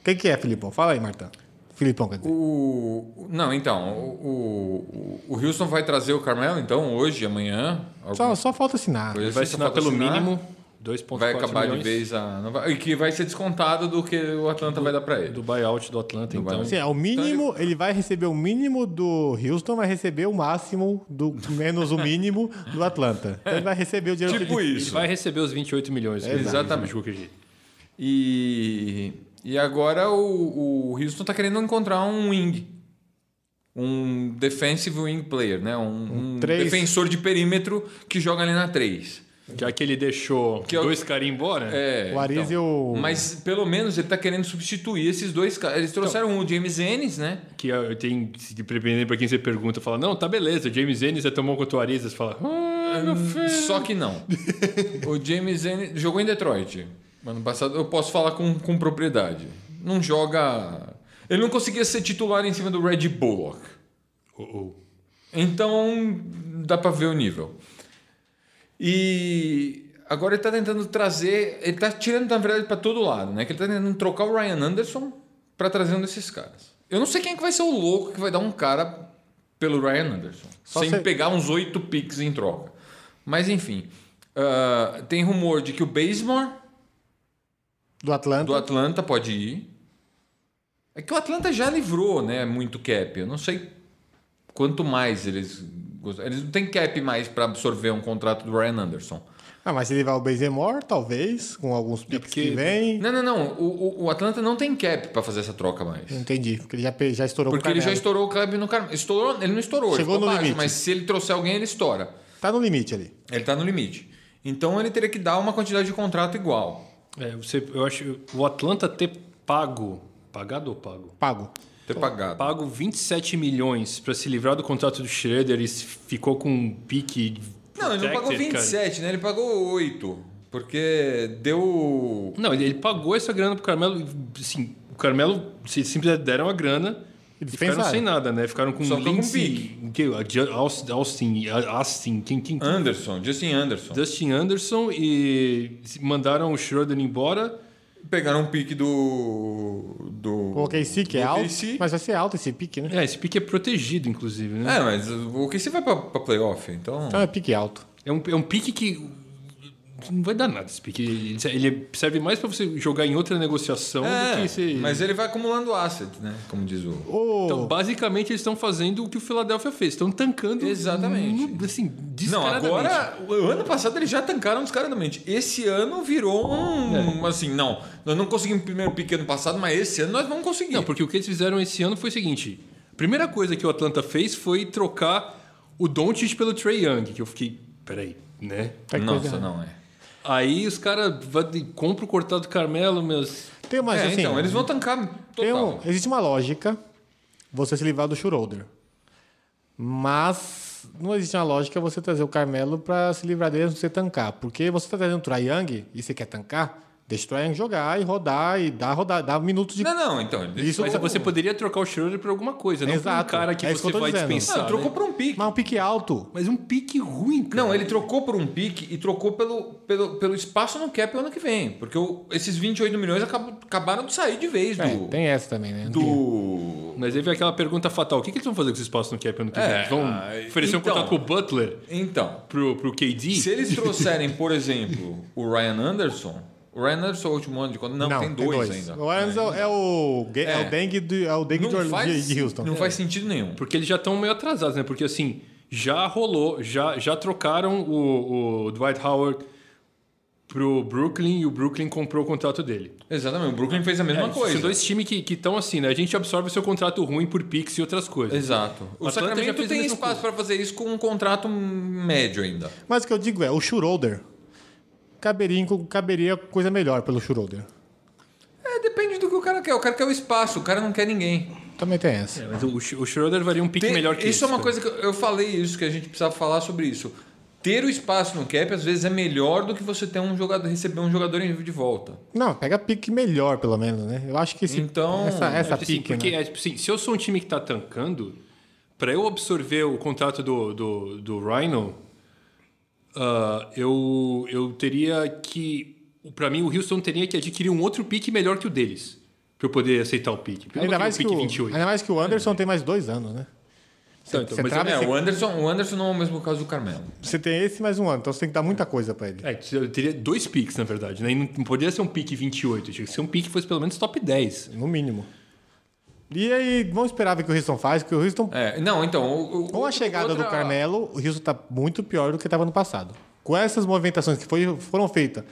C: O que, que é, Filipão? Fala aí, Martão. Filipão, quer dizer.
A: O. Não, então. O, o, o Houston vai trazer o Carmelo, então, hoje, amanhã.
C: Só,
A: alguma
C: só falta assinar.
A: coisa,
B: Vai
A: só
B: assinar
A: falta
B: pelo
A: assinar.
B: mínimo 2,4
A: Vai acabar
B: milhões
A: de vez a. não vai- E que vai ser descontado do que o Atlanta vai dar pra ele.
B: do buyout do Atlanta. então,
A: buyout.
C: Assim, é o mínimo, ele... vai receber o mínimo do Houston, vai receber o máximo do menos o mínimo do Atlanta. Então ele vai receber o dinheiro que
A: Tipo
C: ele...
B: ele
A: isso.
B: vai receber os 28 milhões. que ele-
A: Exatamente.
B: de qualquer jeito.
A: E, e agora o, o Houston tá querendo encontrar um wing. Um defensive wing player, né? Um, um
C: três.
A: defensor de perímetro que joga ali na 3.
B: Já que ele deixou
A: eu-
B: dois caras embora,
A: É,
C: O Ariz e o-
A: Mas pelo menos ele tá querendo substituir esses dois caras. Eles trouxeram um, o James Ennis, né?
B: que eu tenho, se dependendo pra quem você pergunta, fala, não, tá beleza, James Ennis é tomou contra o Ariza, você fala, ah, meu filho.
A: Só que não. o James Ennis jogou em Detroit. Ano passado, eu posso falar com, com propriedade. Não joga. Ele não conseguia ser titular em cima do Red Bullock.
B: Oh, oh.
A: Então, dá pra ver o nível. E agora ele tá tentando trazer, ele tá tirando na verdade pra todo lado, né? Que ele tá tentando trocar o Ryan Anderson pra trazer um desses caras. Eu não sei quem é que vai ser o louco que vai dar um cara pelo Ryan Anderson, sem
C: sei-
A: pegar uns oito picks em troca. Mas enfim, ah, tem rumor de que o Bazemore
C: do Atlanta.
A: do Atlanta pode ir. É que o Atlanta já livrou, né? Muito cap. Eu não sei quanto mais eles. gostam- Eles não têm cap mais para absorver um contrato do Ryan Anderson.
C: Ah, mas se ele vai ao Bazemore, talvez, com
A: É
C: alguns picks
B: porque-
C: que vem.
A: Não, não, não. O, o- o Atlanta não tem cap para fazer essa troca mais.
C: Entendi, porque ele já, pe- já estourou
A: Porque
C: com o
A: ele já
C: Carmelo.
A: estourou o cap no Carmelo. Estourou, ele não estourou.
C: Chegou
A: ele ficou
C: no
A: baixo,
C: limite.
A: Mas se ele trouxer alguém, ele estoura.
C: Tá no limite ali.
A: Ele tá no limite. Então ele teria que dar uma quantidade de contrato igual.
B: É, você, eu acho o Atlanta ter pago, pagado ou pago?
C: Pago.
A: Ter pagado.
B: Pago 27 milhões pra se livrar do contrato do Schroeder e se ficou com um pique.
A: Não, ele não pagou
B: protected, cara.
A: 27, né? Ele pagou 8. Porque deu
B: assim, Não, ele ele pagou essa grana pro Carmelo. Sim, o Carmelo se simplesmente deram a grana.
C: E
B: E ficaram
C: dispensaram.
B: sem nada, né? Ficaram com
A: Só um ficou com
B: Lindsey, que- a Ju- Austin, Austin, Austin, quem, quem,
A: Anderson, Justin Anderson.
B: Dustin Anderson e mandaram o Schroeder embora.
A: Pegaram um pique do. do
C: Coloquei si, que é
A: do
C: alto.
A: OKC.
C: Mas vai ser alto esse pique, né?
B: É, esse pique é protegido, inclusive, né?
A: É, mas o que vai pra, pra playoff, então.
C: Então é pique alto.
B: É um, é um pique que não vai dar nada esse pique. Ele- Ele serve mais pra você jogar em outra negociação do
A: É,
B: que você...
A: mas ele vai acumulando asset, né? Como diz o.
C: Ô,
B: Então, basicamente, eles estão fazendo o que o Philadelphia fez. Estão tancando...
A: Exatamente.
B: no- assim,
A: Não,
B: descaradamente.
A: agora, o ano passado eles já tancaram descaradamente. Esse ano virou um.
C: É.
A: Assim, não. Nós não conseguimos o primeiro pique ano passado, mas esse ano nós vamos conseguir.
B: Não, porque o que eles fizeram esse ano foi o seguinte. A primeira coisa que o Atlanta fez foi trocar o Doncic pelo Trey Young, que eu fiquei... Peraí, né?
C: tá que
A: Nossa,
C: coisa.
A: não é.
B: Aí os caras compram o cortado Carmelo, meus...
C: Tem, mas
A: É,
C: assim,
A: então, eles vão tancar
C: tem
A: total.
C: um- existe uma lógica você se livrar do Schroeder. Mas não existe uma lógica você trazer o Carmelo pra se livrar dele antes de você tancar. Porque você tá trazendo o Triang e você quer tancar, deixa o Triang jogar e rodar e dar, rodar, dar minutos de.
A: Não, não, então. eles-
C: Isso-
B: Mas você poderia trocar o Schroeder por alguma coisa, não por um
C: Exato.
B: cara que
C: É isso
B: você
C: que eu tô
B: vai
C: dizendo.
A: Não,
B: dispensar.
A: trocou
B: né?
A: por um pique.
C: Mas um pique alto.
B: Mas um pique ruim, cara.
A: Não, ele trocou por um pique e trocou pelo, pelo, pelo espaço no cap ano que vem. Porque o- esses 28 milhões acabam- acabaram de sair de vez do.
C: É, tem essa também, né?
A: do...
B: Mas aí vem aquela pergunta fatal. O que, que eles vão fazer com esse espaço no cap ano que
A: É,
B: vem? Eles vão
A: ah,
B: oferecer um
A: então.
B: contrato pro Butler,
A: Então,
B: pro, pro KD?
A: se eles trouxerem, por exemplo, o Ryan Anderson. O Ryan Anderson é o último ano de quando. Não, tem, dois ainda.
C: O Arians é, o- é o, ga- é.
A: É.
C: o dengue, de, é o dengue de,
A: Não,
C: Orl-
A: faz,
C: de Houston.
A: não faz sentido nenhum.
B: Porque eles já estão meio atrasados, né? Porque assim, já rolou, já, já trocaram o, o Dwight Howard pro Brooklyn e o Brooklyn comprou o contrato dele.
A: Exatamente, o Brooklyn fez a mesma
B: São
A: coisa.
B: dois times que estão assim, né? A gente absorve o seu contrato ruim por picks e outras coisas.
A: Exato. O
B: Atlanta já
A: Sacramento
B: fez a
A: tem
B: mesma
A: espaço para fazer isso com um contrato médio ainda.
C: Mas o que eu digo é, o Schroeder caberia, em- caberia coisa melhor pelo Schroeder.
A: É, depende do que o cara quer. O cara quer o espaço, o cara não quer ninguém.
C: Também tem essa.
B: É, mas o, o Schroeder varia um pique
A: Ter-
B: melhor que
A: isso é uma
B: cara.
A: coisa que eu- eu falei isso que a gente precisava falar sobre isso. Ter o espaço no cap às vezes é melhor do que você ter um jogador receber um jogador em nível de volta.
C: Não, pega pique melhor, pelo menos, né? Eu acho que esse,
A: Então,
C: essa, essa
B: Assim,
C: pique,
B: porque
C: né?
B: é, tipo assim, se eu sou um time que tá tancando, pra eu absorver o contrato do, do, do Rhino, ah, eu, eu teria que. Pra mim, o Houston teria que adquirir um outro pique melhor que o deles. Pra eu poder aceitar o pique. Porque eu
C: Ainda
B: não
C: mais, que
B: queria um
C: o,
B: pique 28.
C: ainda mais que o Anderson tem mais dois anos, né?
B: Então, então,
C: você
B: mas-
C: trava-
A: É,
C: Esse-
A: o Anderson, o Anderson não é o mesmo caso do Carmelo.
C: Você tem esse e mais um ano, então você tem que dar muita coisa pra ele.
B: é, eu teria dois piques, na verdade. Né? E não não poderia ser um pique 28. Tinha que ser um pique que fosse pelo menos top 10.
C: No mínimo. E aí, vamos esperar ver o que o Houston faz, porque o Houston,
A: É, não, então, o- o-
C: com a chegada
A: outra-
C: do Carmelo, o Houston tá muito pior do que estava no passado. Com essas movimentações que foi- foram feitas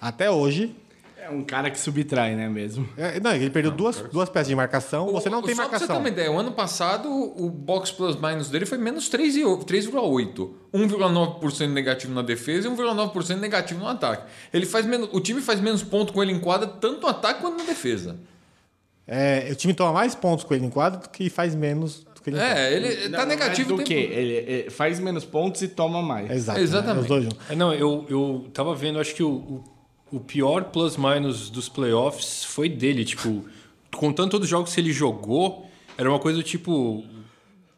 C: até hoje,
D: É um cara que subtrai, né, mesmo?
C: É, não, ele perdeu duas, duas peças de marcação. você não
A: O-
C: tem
A: só Pra você ter
C: marcação.
A: uma ideia, o ano passado o box plus minus dele foi menos 3 e o- 3,8. 1,9% negativo na defesa e 1,9% negativo no ataque. Ele faz menos, o time faz menos ponto com ele em quadra, tanto no ataque quanto na defesa.
C: É, o time toma mais pontos com ele em quadro do que faz menos do que ele em quadro.
A: É, ele tá
D: Não, não,
A: negativo
D: mas do
A: o tempo
D: quê? Ele, ele faz menos pontos e toma mais.
C: Exato. né?
A: Exatamente.
C: Os dois juntos.
B: É, não, eu, eu tava vendo, acho que o, o, o pior plus-minus dos playoffs foi dele. Tipo, contando todos os jogos que ele jogou, era uma coisa tipo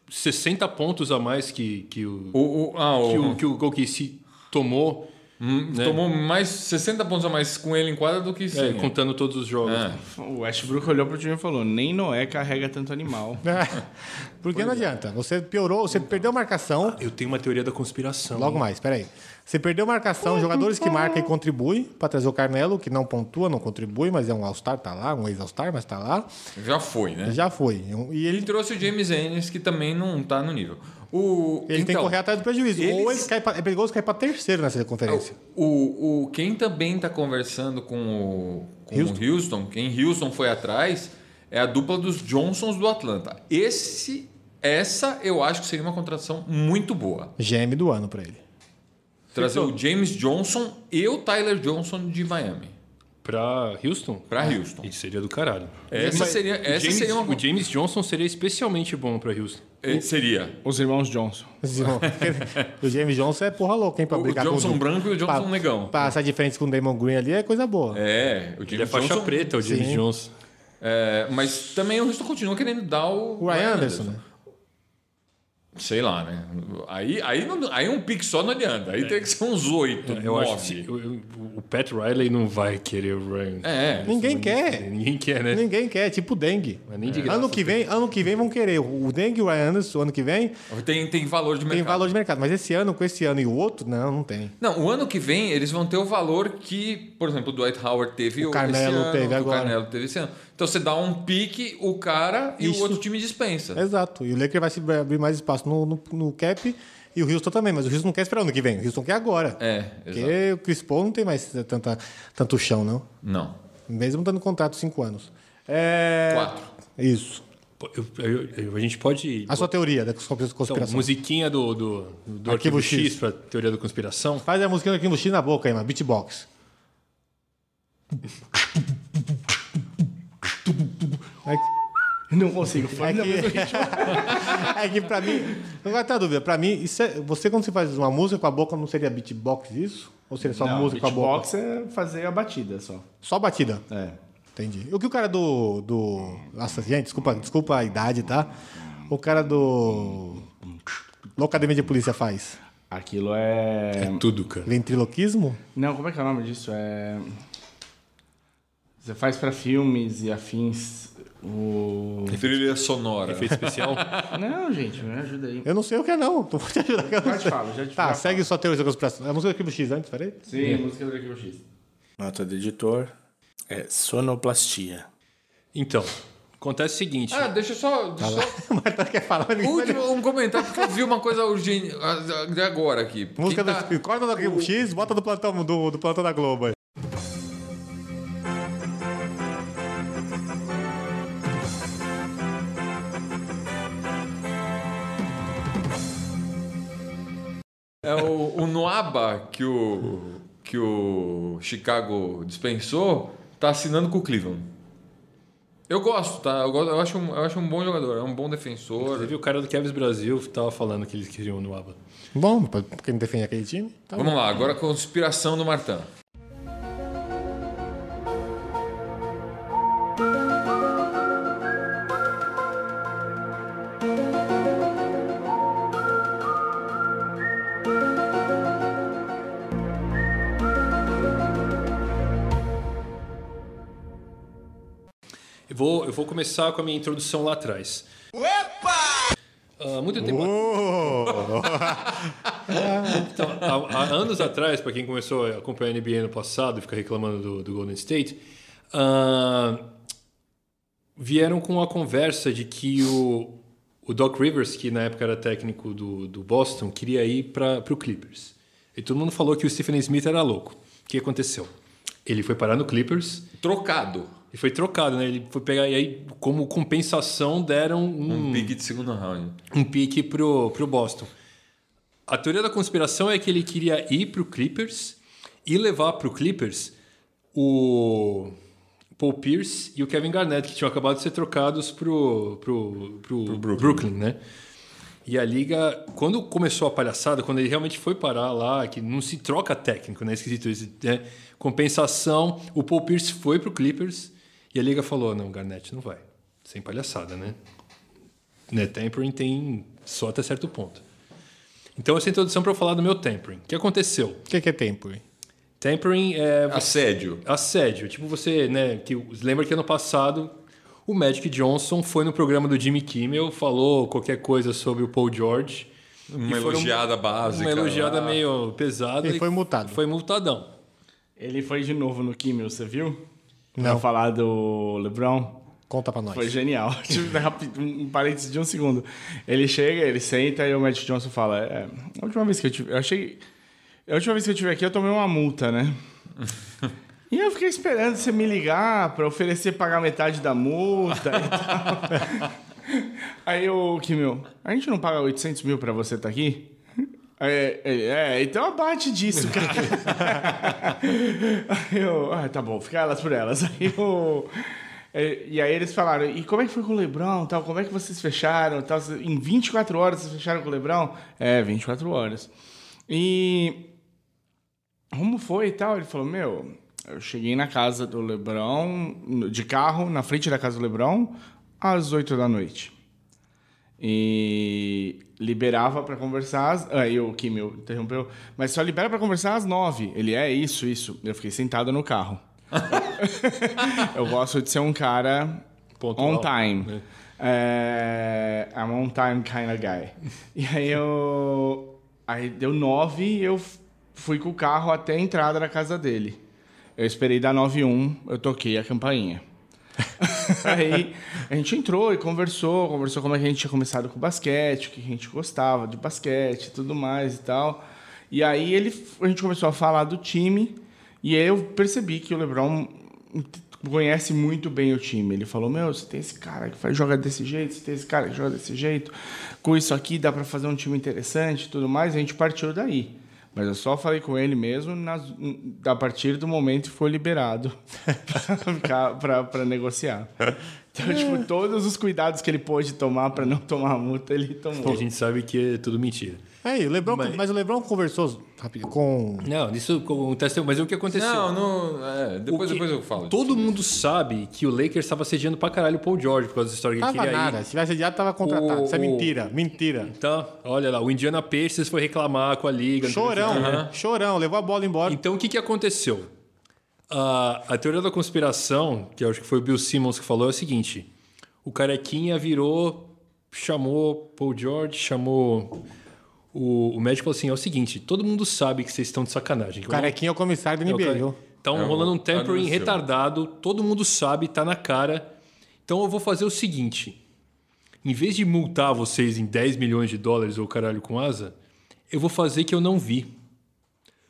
B: 60 pontos a mais que, que o,
A: O, o- ah, o-
B: que o, que o OKC tomou,
C: É.
B: né?
A: tomou mais 60 pontos a mais com ele em quadra do que
B: é,
A: sem.
B: contando todos os jogos.
A: É.
D: O Westbrook olhou pro time e falou: nem Noé carrega tanto animal.
C: *laughs* Porque Né? não adianta. Você piorou, você perdeu marcação.
B: Eu tenho uma teoria da conspiração.
C: Logo mais, peraí. Você perdeu marcação, jogadores que marcam e contribuem pra trazer o Carmelo, que não pontua, não contribui, mas é um All-Star, tá lá, um ex-All-Star, mas tá lá.
A: Já foi, né?
C: Já foi. E ele,
A: Ele trouxe o James Ennis, que também não tá no nível. O,
C: ele tem que
A: então,
C: correr atrás do prejuízo. Ou
A: eles-
C: ele cai pra, é perigoso cair pra terceiro nessa conferência.
A: O, o, quem também está conversando com o, com
C: Houston.
A: o Houston, quem Houston foi atrás, é a dupla dos Johnsons do Atlanta. Esse, essa eu acho que seria uma contratação muito boa.
C: Geme do ano pra ele.
A: Trazer o James Johnson e o Tyler Johnson de Miami
B: Pra Houston?
C: Ah,
A: para Houston.
B: Isso seria do caralho.
A: Essa
B: Mas
A: seria-
B: o
A: essa
B: James-
A: seria uma-
B: O James Johnson seria especialmente bom pra Houston.
A: Eh, Seria.
D: Os irmãos Johnson.
C: *laughs* o James Johnson é porra louca, hein? Pra
A: O
C: brigar com
A: Johnson
C: Du-
A: branco e o Johnson negão.
C: Passar de frente com o Damon Green ali é coisa boa.
A: É, o James
B: Ele é faixa
A: Johnson-
B: preta, o James
C: Sim.
B: Johnson.
A: É, mas também o Houston continua querendo dar o.
C: O Ryan Anderson, né?
A: Sei lá, né? Aí, aí, não- aí um pique só não adianta. Aí tem que ser uns oito,
B: É. Eu acho que
A: nove.
B: se- o- o- o Pat Riley não vai querer o Ryan.
A: É,
C: Ninguém quer.
B: Ninguém quer, né?
C: Ninguém quer, tipo dengue.
B: Mas nem de graça. né?
C: Ano que vem, ano que vem vão querer. O dengue e o Ryan Anderson, ano que vem,
A: é. tem, tem valor de mercado.
C: tem valor de mercado. Mas esse ano, com esse ano e o outro, não, não tem.
A: Não, o ano que vem eles vão ter o valor que, por exemplo, o Dwight Howard teve
C: O
A: esse
C: Carmelo
A: ano,
C: teve
A: que
C: agora.
A: O Carmelo teve esse ano. Então você dá um pique, o cara e
C: Isso.
A: o outro time dispensa.
C: Exato. E o Lakers vai se abrir mais espaço no, no, no cap e o Houston também. Mas o Houston não quer esperar ano que vem. O Houston quer agora.
A: É, exato.
C: Porque o Chris Paul não tem mais tanta, tanto chão, não.
A: Não.
C: Mesmo dando contrato cinco anos. É...
A: Quatro.
C: Isso.
B: Pô, eu- eu- eu- a gente pode.
C: A sua teoria da
B: Então,
C: conspiração.
B: musiquinha do, do, do
C: Arquivo
B: Arquivo,
C: X.
B: X, pra teoria da conspiração.
C: Faz a musiquinha aqui no X na boca aí, mano. Beatbox. É que,
D: Eu não consigo falar. Não, mas eu-
C: *laughs* é que pra mim. Não vai ter dúvida. Pra mim, isso é- você quando você faz uma música com a boca, não seria beatbox isso? Ou seria só
D: Não,
C: música com a boca?
D: beatbox é fazer a batida só.
C: Só batida.
D: É.
C: Entendi. O que o cara do. do... Nossa, gente, desculpa, desculpa a idade, tá? O cara do. Locademia de Polícia faz?
D: Aquilo é...
B: Tudo, cara.
C: Ventriloquismo?
D: Não, como é que é o nome disso? É... Você faz pra filmes e afins o...
A: Trilha sonora.
B: Efeito especial.
D: Não, gente, me ajuda aí.
C: Eu não sei o que é, não. Então vou *laughs* te ajudar. que eu não
D: Já te
C: sei.
D: falo, já te
C: Tá,
D: já
C: segue sua teoria da conspiração. É a música do Arquivo X antes, peraí.
D: Sim, música do Arquivo X.
G: Nota do editor é sonoplastia.
B: Então, acontece o seguinte.
A: Ah, deixa eu só. deixa eu só-
C: Marta quer falar, *laughs* mas ninguém vai ler.
A: último, um comentário, porque eu vi uma coisa urgente ah, de agora aqui.
C: Música
A: Quem tá-
C: do. Corta do Arquivo X, bota do plantão, do, do plantão da Globo aí.
A: É o, o Noaba que o, que o Chicago dispensou, tá assinando com o Cleveland. Eu gosto, tá? Eu, gosto- eu acho, um- eu acho um bom jogador, é um bom defensor.
B: Teve o cara do Kevs Brasil que tava falando que eles queriam no ABA.
C: Bom, pra quem defende aquele time. Tá bom.
A: Vamos lá, agora a conspiração do Martã.
B: Eu vou, eu vou começar com a minha introdução lá atrás. Opa! muito tempo. então, há, há anos atrás, para quem começou a acompanhar a NBA no passado e fica reclamando do, do Golden State, ah, vieram com a conversa de que o, o Doc Rivers, que na época era técnico do, do Boston, queria ir para o Clippers. E todo mundo falou que o Stephen A. Smith era louco. O que aconteceu? Ele foi parar no Clippers.
A: Trocado.
B: E foi trocado, né? Ele foi pegar e aí, como compensação, deram
A: Um
B: um,
A: pique de segundo round.
B: um pique pro, pro Boston. A teoria da conspiração é que ele queria ir pro Clippers e levar pro Clippers o Paul Pierce e o Kevin Garnett, que tinham acabado de ser trocados pro, pro, pro, Brooklyn. né? E a liga, quando começou a palhaçada, quando ele realmente foi parar lá, que não se troca técnico, né? Esquisito isso. Né? Compensação, o Paul Pierce foi pro Clippers e a liga falou: não, Garnett não vai. Sem palhaçada, né? né? Tempering tem só até certo ponto. Então, essa introdução para eu falar do meu tempering. O que aconteceu?
C: O que, que é tempo? hein?
B: Tempering é
A: Assédio.
B: assédio. Tipo, você, né? Que, lembra que ano passado o Magic Johnson foi no programa do Jimmy Kimmel, falou qualquer coisa sobre o Paul George.
A: Uma
B: E foram-
A: elogiada básica.
B: Uma elogiada
A: lá.
B: meio pesada.
C: Ah. E foi multado.
B: Foi multadão.
D: Ele foi de novo no Kimmel, você viu?
C: Não.
D: Pra falar do LeBron.
C: Oh! Conta pra nós.
D: Foi genial. Tipo, rápido, um parênteses de um segundo. Ele chega, ele senta e o Magic Johnson fala: É, a última vez que eu tive. Eu achei. A última vez que eu tive aqui, eu tomei uma multa, né? E eu fiquei esperando você me ligar pra oferecer pagar metade da multa e tal. Aí o Kimil, a gente não paga 800 mil pra você estar aqui? É, é, é, então abate disso, cara. aí eu, ah, tá bom, fica elas por elas. *laughs* Aí eu, é, e aí eles falaram, e como é que foi com o Lebrão tal? Como é que vocês fecharam tal? Em 24 horas vocês fecharam com o Lebrão? É, 24 horas. E como foi e tal? Ele falou, meu, Eu cheguei na casa do Lebrão, no- de carro, na frente da casa do Lebrão, às 8 da noite. E liberava pra conversar. às- Aí o Kim me interrompeu. Mas só libera pra conversar às 9. Ele é isso, isso. Eu fiquei sentado no carro. Eu gosto de ser um cara
B: Pontual.
D: on time. É. I'm on time kind of guy. E aí eu. Aí deu nove e eu f- fui com o carro até a entrada da casa dele. Eu esperei dar 9 e 1, eu toquei a campainha. *laughs* aí a gente entrou e conversou, conversou como é que a gente tinha começado com o basquete, o que a gente gostava de basquete e tudo mais e tal. E aí ele, a gente começou a falar do time e aí eu percebi que o LeBron conhece muito bem o time. Ele falou: "Meu, você tem esse cara que faz joga desse jeito, você tem esse cara que joga desse jeito. Com isso aqui dá pra fazer um time interessante, e tudo mais". E a gente partiu daí. Mas eu só falei com ele mesmo nas- a partir do momento que foi liberado *laughs* pra ficar- pra pra negociar. Então, tipo, todos os cuidados que ele pôde tomar pra não tomar a multa, ele
B: A
D: tomou.
B: gente sabe que é tudo mentira.
C: Aí, o Lebron, mas... o Lebron conversou rapidinho, com.
B: Não, isso aconteceu, mas é o que aconteceu.
A: Não, não. é, depois,
B: O que-
A: depois eu falo.
B: Todo mundo sabe que o Lakers estava sediando pra caralho o Paul George por causa dessa história que ele
C: Tava
B: queria
C: nada.
B: ir.
C: Se tivesse adiado, tava contratado.
A: O-
C: Isso é mentira, mentira.
B: Então, olha lá, o Indiana Pacers foi reclamar com a liga. não sei o que.
C: Chorão, chorão, levou a bola embora.
B: Então, o que, que aconteceu? A- a teoria da conspiração, que eu acho que foi o Bill Simmons que falou, é o seguinte: o carequinha virou, chamou Paul George, chamou o, o médico e falou assim: é o seguinte, todo mundo sabe que vocês estão de sacanagem. que
C: O
B: eu não-
C: carequinha é o comissário da
B: É o
C: NBA,
B: cara-
C: viu?
B: Então
A: É,
B: rolando um tampering
A: anunciou.
B: retardado, todo mundo sabe, tá na cara. Então eu vou fazer o seguinte: em vez de multar vocês em 10 milhões de dólares ou caralho com asa, eu vou fazer que eu não vi.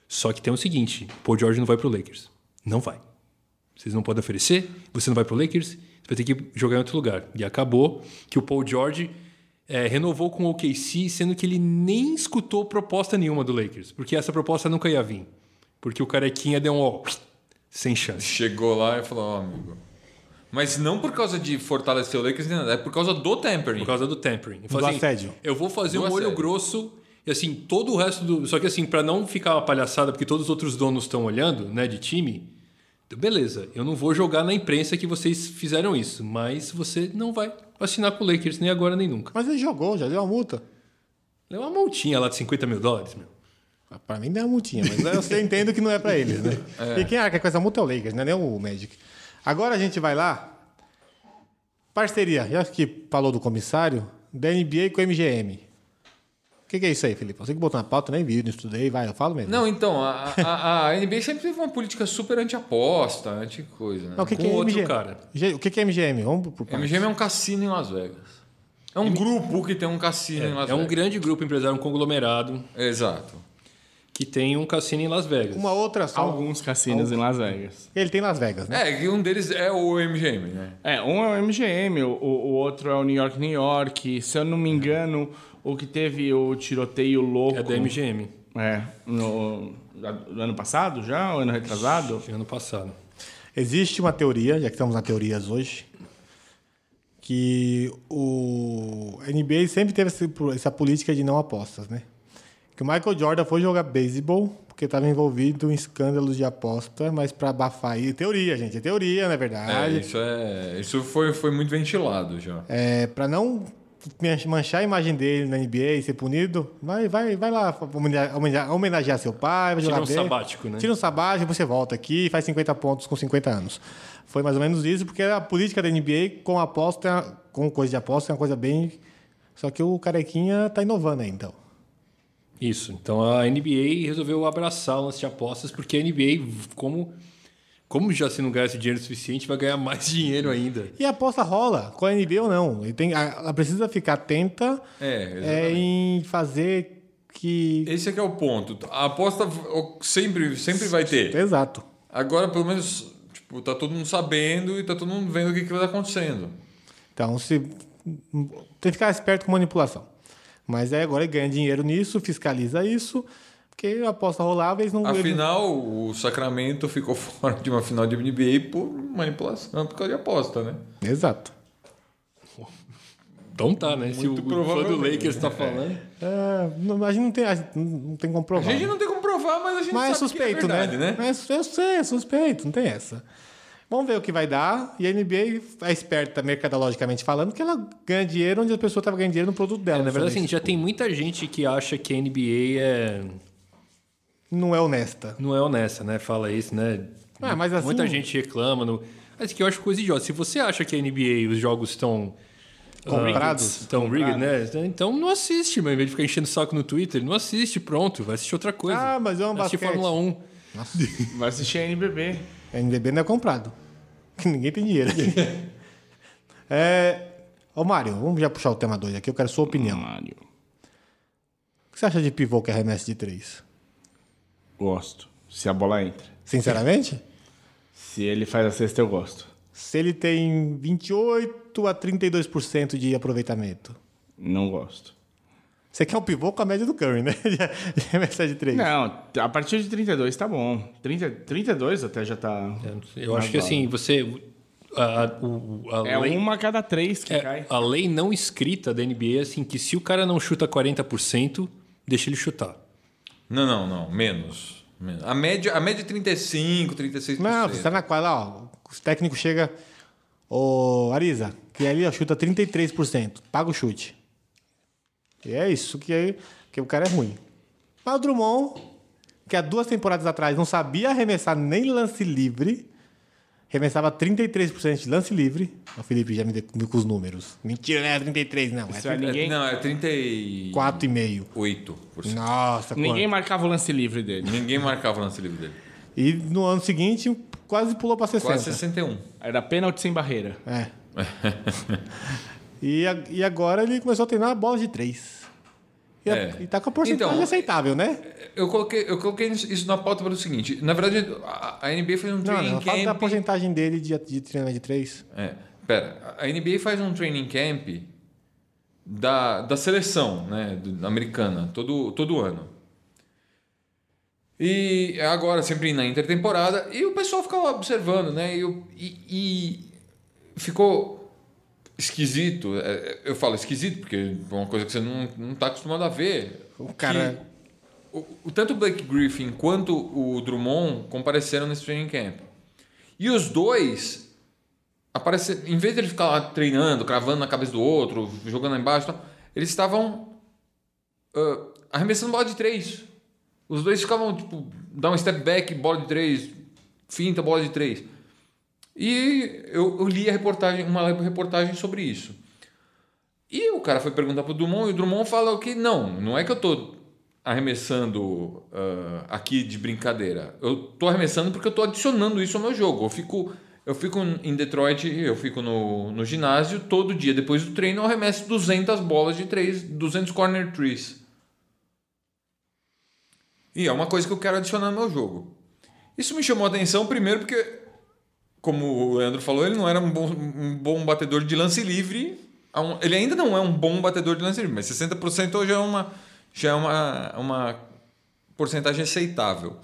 B: Só que tem o seguinte: Paul George não vai pro Lakers. Não vai. Vocês não podem oferecer, você não vai pro Lakers, você vai ter que jogar em outro lugar. E acabou que o Paul George eh, renovou com o OKC, sendo que ele nem escutou proposta nenhuma do Lakers, porque essa proposta nunca ia vir. Porque o carequinha deu um ó, sem chance.
A: Chegou lá e falou, ó, amigo. Mas não por causa de fortalecer o Lakers, nem nada, é por causa do tampering.
B: Por causa do tampering. Eu falei
C: Do
B: assim,
C: assédio.
B: Eu vou fazer
A: Do
B: um olho
A: assédio.
B: grosso e assim, todo o resto do. Só que assim, pra não ficar uma palhaçada, porque todos os outros donos estão olhando, né, de time. então, Beleza, eu não vou jogar na imprensa que vocês fizeram isso, mas você não vai assinar com o Lakers, nem agora nem nunca.
C: Mas ele jogou, já deu uma multa.
B: Levou uma multinha lá de 50 mil dólares, meu.
C: Ah, Pra mim deu uma multinha, mas eu sei, entendo que não é pra
B: *laughs*
C: eles, né? E quem arca com essa multa é o Lakers, né? Nem o Magic. Agora a gente vai lá. Parceria, já que falou do comissário, da NBA com o MGM. O que, que é isso aí, Felipe? Você que botou na pauta, nem vi, não estudei, vai, eu falo mesmo.
A: Não, então, a, a, a NBA sempre teve uma política super anti-aposta, anti-coisa, né?
C: Mas o que,
B: com
C: que é
B: outro
C: MGM?
B: cara.
C: G- O que, que é MGM? Vamos pro parte.
A: MGM é um cassino em Las Vegas. É um grupo que tem um cassino em Las
B: É um
A: Vegas.
B: grande grupo empresário, um conglomerado,
A: Exato.
B: que tem um cassino em Las Vegas.
C: Uma outra só.
D: Alguns cassinos em Las Vegas.
C: Ele tem Las Vegas, né?
A: É, e um deles é o MGM, né?
D: É, um é o MGM, o, o outro é o New York, New York. Se eu não me engano, o que teve o tiroteio louco.
B: É da MGM,
D: É, no, no ano passado já? Ou ano retrasado?
B: de ano passado.
C: Existe uma teoria, já que estamos na teorias hoje, que o NBA sempre teve esse- essa política de não apostas, né? Que o Michael Jordan foi jogar beisebol porque estava envolvido em escândalos de aposta, mas para abafar aí, teoria, gente, é teoria, na
A: É,
C: verdade.
A: isso é, isso foi, foi muito ventilado já.
C: Ah, É, para não manchar a imagem dele na NBA e ser punido, vai, vai, vai lá homenea- homenea- homenagear seu pai, vai
B: Tira
C: jogar
B: um
C: bem.
B: sabático, né?
C: Tira um sabático, você volta aqui e faz 50 pontos com 50 anos. Foi mais ou menos isso, porque a política da NBA com aposta, com coisa de aposta, é uma coisa bem... Só que o Carequinha tá inovando aí, então.
B: Isso. Então a NBA resolveu abraçar o lance de apostas, porque a NBA, como, como já se não ganha esse dinheiro suficiente, vai ganhar mais *laughs* dinheiro ainda.
C: E a aposta rola, com a NBA ou não. E tem, a- ela precisa ficar atenta
A: É,
C: é,
A: exatamente.
C: em fazer que...
A: Esse é que é o ponto. A aposta o- sempre, sempre vai ter.
C: Exato.
A: Agora, pelo menos, tipo, tá todo mundo sabendo e tá todo mundo vendo o que, que tá acontecendo.
C: Então, se... tem que ficar esperto com manipulação. Mas aí agora ele ganha dinheiro nisso, fiscaliza isso, porque a aposta rolava eles não... eles-
A: Afinal, o Sacramento ficou *laughs* fora de uma final de NBA por manipulação, por causa de aposta, né?
C: Exato.
B: Então tá, né? Se o
A: Muito
B: fã do
A: provavelmente,
B: Lakers tá falando.
C: É, não- a gente não tem, a gente não tem como
A: A
C: provar.
A: gente
C: né?
A: não tem como provar, mas a gente
C: Mas é
A: sabe que
C: suspeito,
A: é verdade,
C: né?
A: né?
C: Mas eu sei, é suspeito, não tem essa. Vamos ver o que vai dar. E a NBA é esperta, mercadologicamente falando, que ela ganha dinheiro onde a pessoa estava ganhando dinheiro no produto dela.
B: Na verdade,
C: justamente.
B: assim, já tem muita gente que acha que a NBA é...
C: Não é honesta.
B: não é honesta, né? Fala isso, né?
C: Ah, mas assim-
B: Muita gente reclama. No... Mas é que eu acho coisa idiota. Se você acha que a NBA os jogos estão. ah,
C: Comprados?
B: Estão rigged, né? Então não assiste, mas em vez de ficar enchendo o saco no Twitter, não assiste, pronto, vai assistir outra coisa.
C: Ah, mas eu amo
B: Vai assistir
C: basquete.
B: Fórmula 1.
D: Vai assistir a NBB.
C: A NBB não é comprado. *laughs* Que ninguém tem dinheiro. *laughs* é... Ô, Mário, vamos já puxar o tema 2 aqui. Eu quero sua opinião.
D: Mário.
C: O que você acha de pivô que arremessa de 3?
D: Gosto. Se a bola entra.
C: Sinceramente?
D: Se ele faz a cesta, eu gosto.
C: *laughs* Se ele tem 28 a 32% de aproveitamento.
D: Não gosto.
C: Você quer um pivô com a média do Curry, né? *laughs* De arremessar de 3.
D: Não, a partir de 32 tá bom. 30, 32 até já tá.
B: Eu acho que assim, você. A, a- o- a
D: É
B: lei,
D: uma a cada três que
B: é,
D: cai.
B: a lei não escrita da NBA é assim que se o cara não chuta 40%, deixa ele chutar.
A: Não, não, não. Menos. Menos. A média, a média é 35, 36%.
C: Não, você tá
A: né?
C: na quadra, ó. O técnico chega. Ô, Arisa, que ali, ó, chuta 33%. Paga o chute. E é isso que, é, que o cara é ruim. Mas o Drummond, que há duas temporadas atrás não sabia arremessar nem lance livre, arremessava 33% de lance livre. O Felipe já me deu com os números. Mentira, não é 33, não.
D: Isso aí
C: É
D: ninguém,
A: Não, é 34%.
C: 4,5. Nossa,
D: ninguém
C: quanto?
D: marcava o lance livre dele.
A: Ninguém marcava o lance livre dele.
C: E no ano seguinte, quase pulou pra 60.
A: Quase 61.
D: Era pênalti sem barreira.
C: É. e, a- e agora ele começou a treinar a bola de três. E, a-
A: É.
C: e tá com a porcentagem
A: Então,
C: aceitável, né?
A: Eu coloquei, eu coloquei isso na pauta pelo seguinte. Na verdade, a, a NBA fez um
C: Não,
A: training
C: não, fala da
A: camp...
C: porcentagem dele de, de treinar de três.
A: É, pera. A NBA faz um training camp da, da seleção né, do- americana todo, todo ano. E agora, sempre na intertemporada. E o pessoal fica lá observando, né? E, o- e- e ficou esquisito. é, Eu falo esquisito porque é uma coisa que você não, não tá acostumado a ver.
C: O cara-
A: Que o, o- tanto o Blake Griffin quanto o Drummond compareceram nesse training camp. E os dois aparece, em vez de ele ficar lá treinando, cravando na cabeça do outro, jogando lá embaixo, e tal, eles estavam ah, arremessando bola de três. Os dois ficavam, tipo, dá um step back, bola de três, finta, bola de três. E eu, eu li a reportagem, uma reportagem sobre isso. E o cara foi perguntar pro Drummond e o Drummond falou que não, não é que eu tô arremessando ah, aqui de brincadeira. Eu tô arremessando porque eu tô adicionando isso ao meu jogo. Eu fico eu fico em Detroit, eu fico no, no ginásio todo dia depois do treino, eu arremesso 200 bolas de três, 200 corner trees. E é uma coisa que eu quero adicionar no meu jogo. Isso me chamou a atenção, primeiro, porque, como o Leandro falou, ele não era um bom, um bom batedor de lance livre. É um- Ele ainda não é um bom batedor de lance livre, mas 60% hoje é uma, já é uma, uma porcentagem aceitável.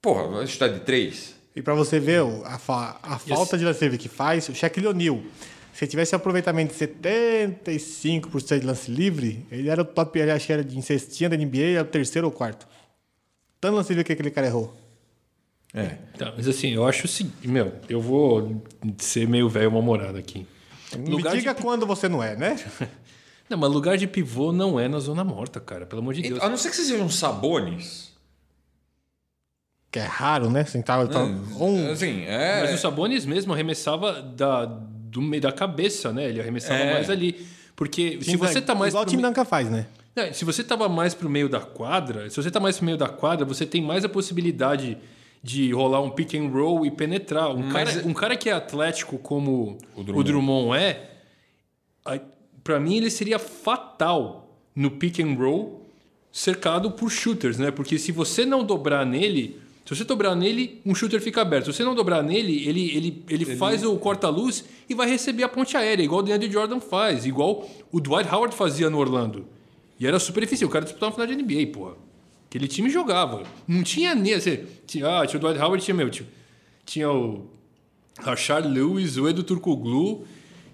A: Porra, vai chutar de 3?
C: E pra você ver o- a, fa- a falta de lance livre que faz, o Shaquille O'Neal, se ele tivesse aproveitamento de 75% de lance livre, ele era o top, ele acho que era de em cestinha da NBA, ele era o terceiro ou quarto. Tanto lance livre que aquele cara errou.
A: É.
B: Tá, mas assim, eu acho o seguinte, meu, eu vou ser meio velho mal-humorado aqui.
C: Me
B: Lugar de
C: diga quando você não é, né?
B: Não, mas lugar de pivô não é na zona morta, cara, pelo amor de Deus.
A: A não ser que vocês sejam sabones.
C: Que é raro, né? Sentar tá, um,
A: Assim, é.
B: Mas o Sabonis mesmo arremessava da, do meio da cabeça, né? Ele arremessava
A: É.
B: mais ali. Porque se você tá mais
C: Igual o
B: pro
C: Tim
B: me-
C: Duncan faz, né?
B: Não, se você tava mais pro meio da quadra, se você tá mais pro meio da quadra, você tem mais a possibilidade de rolar um pick and roll e penetrar. Um,
A: Mas-
B: cara, um cara que é atlético como o Drummond,
A: Drummond.
B: é, aí, pra mim ele seria fatal no pick and roll cercado por shooters, né? Porque se você não dobrar nele, se você dobrar nele, um shooter fica aberto. Se você não dobrar nele, ele, ele, ele, faz o corta-luz e vai receber a ponte aérea, igual o DeAndre Jordan faz, igual o Dwight Howard fazia no Orlando. E era super difícil. O cara disputava uma final de NBA, porra. Aquele time jogava. Não tinha nem. Assim, tinha, ah, tinha o Dwight Howard, tinha meu. Tinha, tinha o Rashard Lewis, o Edu Turcoglu,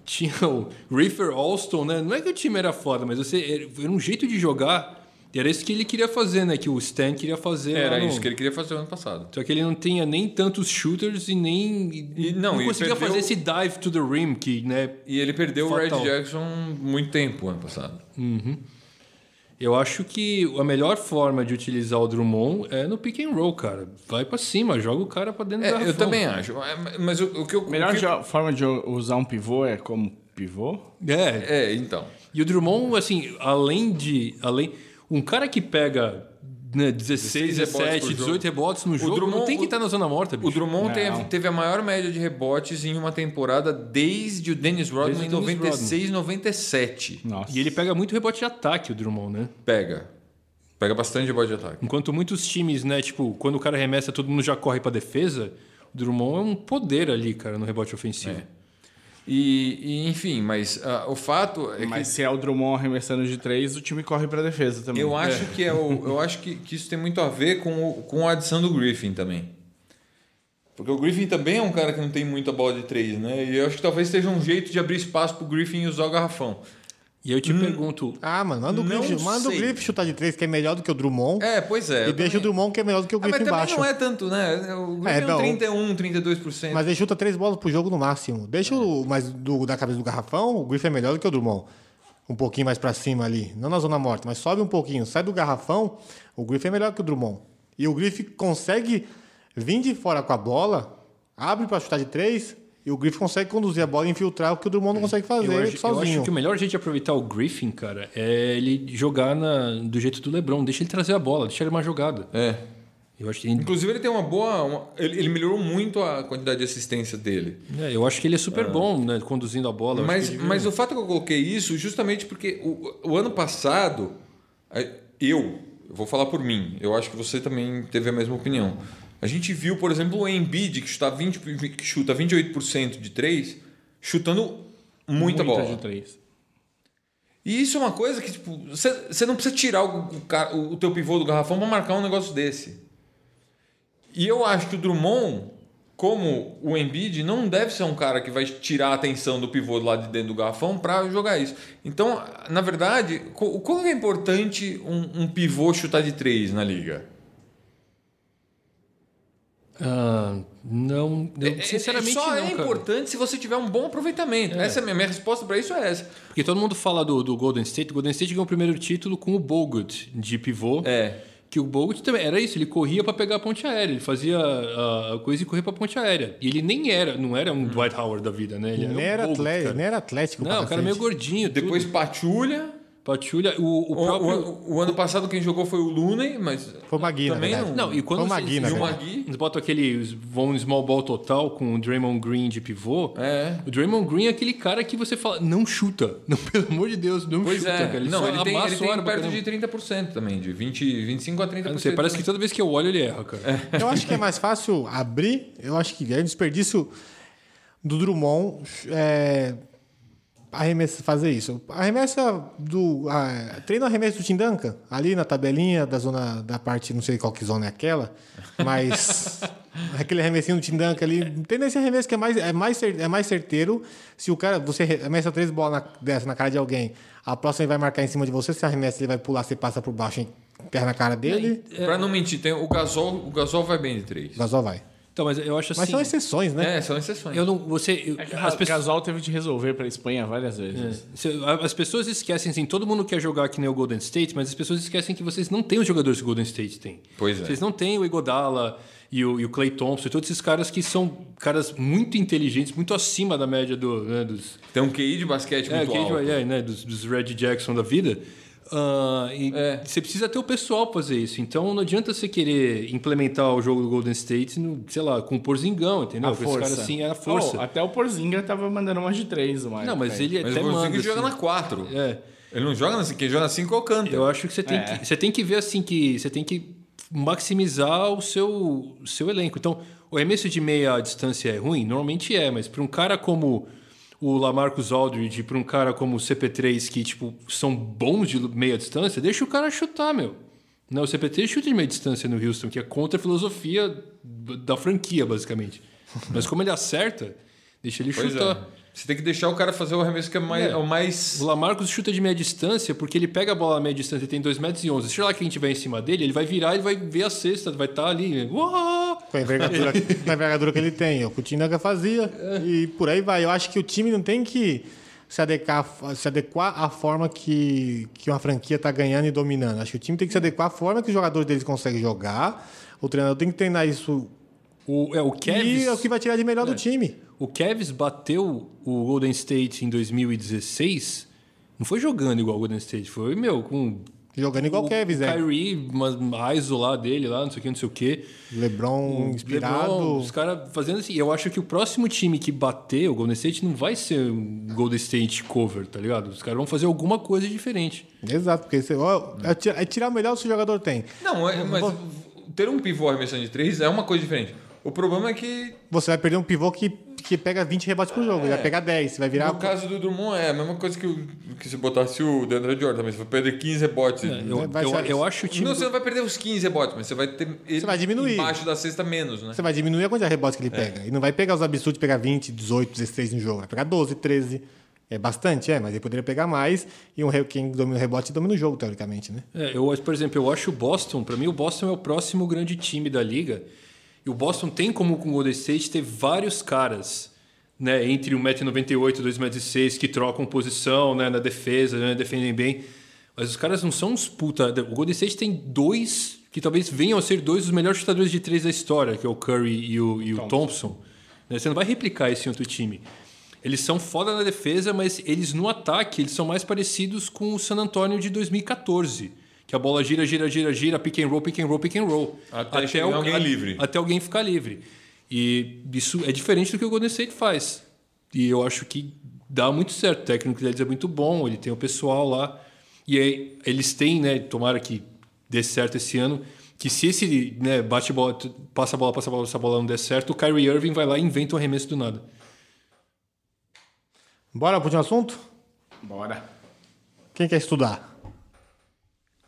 B: tinha o Rafer Alston, né? Não é que o time era foda, mas você, era um jeito de jogar E era isso que ele queria fazer, né? Que o Stan queria fazer. lá
A: Era
B: no-
A: isso que ele queria fazer ano passado.
B: Só que ele não tinha nem tantos shooters e nem.
A: E- não, e perdeu-
B: conseguia fazer esse dive to the rim, que, né?
A: E ele perdeu
B: Fatal.
A: o Red Jackson muito tempo ano passado.
B: Eu acho que a melhor forma de utilizar o Drummond é no pick and roll, cara. Vai pra cima, joga o cara pra dentro
A: É,
B: do
A: eu
B: garrafão.
A: também acho. Mas- Mas o, o que eu. o
D: Melhor
A: que-
D: jo- forma de usar um pivô é como pivô?
B: É,
A: É, então.
B: E o Drummond, assim, além de. Além, um cara que pega né,
A: 16
B: 16,
A: rebotes por
B: 17,
A: jogo.
B: 18 rebotes no jogo,
A: Drummond-
B: não tem que
A: o-
B: estar na zona morta, bicho.
A: O Drummond teve, teve a maior média de rebotes em uma temporada desde o Dennis Rodman
B: Desde o
A: em
B: Dennis
A: 96, 97.
D: Nossa.
B: E ele pega muito rebote de ataque, o Drummond, né?
A: Pega. Pega bastante rebote de ataque.
B: Enquanto muitos times, né, tipo, quando o cara arremessa, todo mundo já corre pra defesa, o Drummond é um poder ali, cara, no rebote
A: É.
B: ofensivo.
A: E, e, enfim, mas ah, o fato é
D: Mas
A: que
D: se é o Drummond arremessando de três, o time corre pra defesa
C: hum,
D: também.
A: eu acho que é o, eu acho que, que isso tem muito a ver com, o- com a adição do Griffin também. Porque o Griffin também é um cara que não tem muita bola de três, né? E eu acho que talvez seja um jeito de abrir espaço pro Griffin usar o garrafão.
B: E aí eu te
A: Hum.
B: pergunto,
C: Ah, mano, manda o
A: Não
C: Griffith, manda o
A: sei.
C: Griffith chutar de três, que é melhor do que o Drummond.
A: É, pois é.
C: e
A: eu
C: deixa o
A: também-
C: Drummond, que é melhor do que o
A: Ah, mas
C: Griffith
A: também
C: embaixo.
A: não é tanto, né? O Griffin
C: É,
A: é,
C: não.
A: um 31, 32%.
C: Mas ele chuta três bolas por jogo no máximo. Deixa o mais do, da cabeça do garrafão, o Griffith é melhor do que o Drummond. Um pouquinho mais pra cima ali, não na zona morta, mas sobe um pouquinho, sai do garrafão, o Griffith é melhor que o Drummond. E o Griffith consegue vir de fora com a bola, abre pra chutar de três, e o Griffith consegue conduzir a bola e infiltrar o que o Drummond não consegue fazer
B: eu, acho- eu
C: sozinho.
B: acho que o melhor jeito de aproveitar o Griffin, cara, é ele jogar na- do jeito do LeBron. Deixa ele trazer a bola, deixa ele uma jogada.
A: É.
B: Eu acho que ele
A: Inclusive, ele tem uma boa. uma- ele, ele melhorou muito a quantidade de assistência dele.
B: É, eu acho que ele é super bom, né? Conduzindo a bola. Eu acho
A: Ah. Mas,
B: que ele-
A: mas o fato que eu coloquei isso, justamente porque o, o ano passado, a- eu, eu vou falar por mim, eu acho que você também teve a mesma opinião. A gente viu, por exemplo, o Embiid, que chuta, 20, que chuta 28% de 3, chutando muita, bola.
D: de três.
A: E isso é uma coisa que, tipo, você você não precisa tirar o, o, ca- o teu pivô do garrafão para marcar um negócio desse. E eu acho que o Drummond, como o Embiid, não deve ser um cara que vai tirar a atenção do pivô lá de dentro do garrafão para jogar isso. Então, na verdade, co- o quão é importante um, um pivô chutar de três na liga?
B: Ah, não, eu, sinceramente
A: só
B: não,
A: é
B: cara.
A: importante se você tiver um bom aproveitamento. Essa é a minha, minha resposta para isso é essa.
B: Porque todo mundo fala do, do Golden State. O Golden State ganhou o primeiro título com o Bogut de pivô.
A: É.
B: Que o Bogut também era isso, ele corria pra pegar a ponte aérea, ele fazia a, a coisa e corria pra ponte aérea. E ele nem era, não era um Dwight Howard da vida, né? Ele
C: Não
B: era
C: era,
B: um Bogut,
C: atle-
B: cara.
C: não era atlético, pra
B: Não, o cara é
C: cacete.
B: meio gordinho,
A: Depois
B: tudo.
A: patulha.
B: Patulha, o, o
A: O,
B: próprio
A: o- o ano passado quem jogou foi o Looney, mas.
C: Foi o Magui, na
A: também
C: verdade.
B: Não, e quando
C: Foi o
B: vocês-
C: Magui, né, na
A: E o
C: verdade.
A: Magui.
B: Eles botam aquele vão small ball total com o Draymond Green de pivô.
A: É.
B: O Draymond Green é aquele cara que você fala, não chuta. *laughs* Não, pelo amor de Deus, não
A: Pois
B: chuta,
A: é.
B: cara.
A: não,
B: só
A: ele tem,
B: amassa
A: ele
B: o
A: tem
B: ar pra
A: perto
B: caramba.
A: de 30% também, de 20, 25 a 30%.
B: Eu não sei, parece que toda vez que eu olho ele erra, cara.
C: Eu acho que é mais fácil abrir. Eu acho que é um desperdício do Drummond é, arremessa, fazer isso. Arremessa do. ah, treina o arremesso do Tindanka, ali na tabelinha da zona da parte, não sei qual que zona é aquela, mas. *laughs* Aquele arremessinho do Tindanka ali. Tem esse arremesso que é mais, é, mais cer- é mais certeiro. Se o cara. Você arremessa três bolas na, dessa na cara de alguém, a próxima ele vai marcar em cima de você. Se arremessa, ele vai pular, você passa por baixo e enterra na cara dele.
A: É, Pra não mentir, tem, o, Gasol, o Gasol vai bem de 3.
C: Gasol vai.
B: Então, mas eu acho assim.
C: Mas são exceções, né?
A: É, são exceções.
B: Eu não. Você. eu- as,
D: As
B: pessoas- É.
D: Gasol teve de resolver pra Espanha várias vezes.
B: se- as pessoas esquecem, assim, todo mundo quer jogar que nem o Golden State, mas as pessoas esquecem que vocês não têm os jogadores que o Golden State tem.
A: Pois é.
B: Vocês não têm o Igodala e o, e o Clay Thompson, e todos esses caras que são caras muito inteligentes, muito acima da média do, né, dos,
A: Tem um QI de basquete
B: É,
A: muito
B: Cage
A: alto.
B: Ryan, né? Dos, dos Red Jackson da vida. Ah, e
A: É.
B: Você precisa ter o pessoal pra fazer isso. Então não adianta você querer implementar o jogo do Golden State, no, sei lá, com o Porzingão, entendeu?
D: A
B: Porque esse
D: força.
B: cara assim é a força.
D: Oh, até o Porzinga tava mandando umas de três, é, uma
B: Não,
D: época
B: mas
D: aí.
B: ele
A: É. Mas
B: é até
A: o Porzingis
B: manda.
A: joga
B: assim.
A: na 4.
B: É.
A: Ele não joga na 5, quem joga na 5 é o Canter.
B: Eu acho que você tem,
D: É.
B: que, você tem que ver assim que você tem que maximizar o seu, o seu elenco. Então, o arremesso de meia distância é ruim? Normalmente é, mas para um cara como o Lamarcus Aldridge, para um cara como o CP3 que tipo são bons de meia distância, deixa o cara chutar, meu. Não, o CP3 chuta de meia distância no Houston, que é contra
A: *laughs*
B: a filosofia da franquia, basicamente. Mas como ele acerta, deixa ele
A: Pois é.
B: chutar.
A: Você tem que deixar o cara fazer o arremesso que é mais.
B: É.
A: é o mais...
B: O Lamarcus chuta de meia distância porque ele pega a bola na meia distância, ele tem 2 metros e 11. Se lá quem tiver em cima dele, ele vai virar, ele vai ver a cesta, vai estar ali. Uau!
C: Com a envergadura, *laughs* com a envergadura que ele tem. é O Coutinho fazia. E por aí vai. Eu acho que o time não tem que se adequar, se adequar à forma que, que uma franquia está ganhando e dominando. Acho que o time tem que se adequar à forma que os jogadores deles conseguem jogar. O treinador tem que treinar isso.
B: O, é, o Kevs,
C: E é o que vai tirar de melhor do time.
B: o Cavs bateu o Golden State em 2016. Não foi jogando igual o Golden State, foi, meu, com
C: Jogando igual o Kevin, é.
B: Kyrie, uma- uma ISO lá dele, lá, não sei o que, não sei o que.
C: Lebron inspirado.
B: os caras fazendo assim. Eu acho que o próximo time que bater o Golden State não vai ser um Golden State cover, tá ligado? Os caras vão fazer alguma coisa diferente.
C: Exato, porque você, ó, é tira- é tirar o melhor que o seu jogador tem.
A: Não, é- mas ter um pivô arremessando de três é uma coisa diferente. O problema é que
C: Você vai perder um pivô que, que pega 20 rebotes por jogo, ele vai pegar 10, você vai virar.
A: No caso do Drummond, é a mesma coisa que, o, que se botasse o Deandre Jordan também. Você vai perder 15 rebotes. né?
B: Eu,
C: Né? Vai
B: eu,
C: ser-
B: eu acho o time.
A: não,
B: do-
A: você não vai perder os 15 rebotes, mas você vai ter ele
C: vai diminuir.
A: embaixo da cesta menos, né?
C: Você vai diminuir a quantidade de rebotes que ele pega. E não vai pegar os absurdos de pegar 20, 18, 16 no jogo. Vai pegar 12, 13. É bastante, é, mas ele poderia pegar mais. E um, re- quem domina o rebote domina o jogo, teoricamente, né?
B: É, eu, por exemplo, eu acho o Boston, pra mim o Boston é o próximo grande time da liga. E o Boston tem como com o Golden State ter vários caras, né, entre 1,98m e 2,06m que trocam posição, né, na defesa, né, defendem bem. Mas os caras não são uns puta. O Golden State tem dois que talvez venham a ser dois dos melhores chutadores de três da história, que é o Curry e o, e o Thompson. né? Você não vai replicar isso em outro time. Eles são foda na defesa, mas eles no ataque, eles são mais parecidos com o San Antonio de 2014. Que a bola gira, gira, gira, gira, pick and roll, pick and roll, pick and roll.
A: Até chegar alguém livre.
B: Até alguém ficar livre. E isso é diferente do que o Golden State faz. E eu acho que dá muito certo. O técnico deles é muito bom, ele tem o pessoal lá. E aí, eles têm, né? Tomara que dê certo esse ano. Que se esse né, bate bola, passa a bola, passa a bola, passa a bola não der certo, o Kyrie Irving vai lá e inventa um arremesso do nada.
C: Bora pro último assunto?
D: Bora.
C: Quem quer estudar?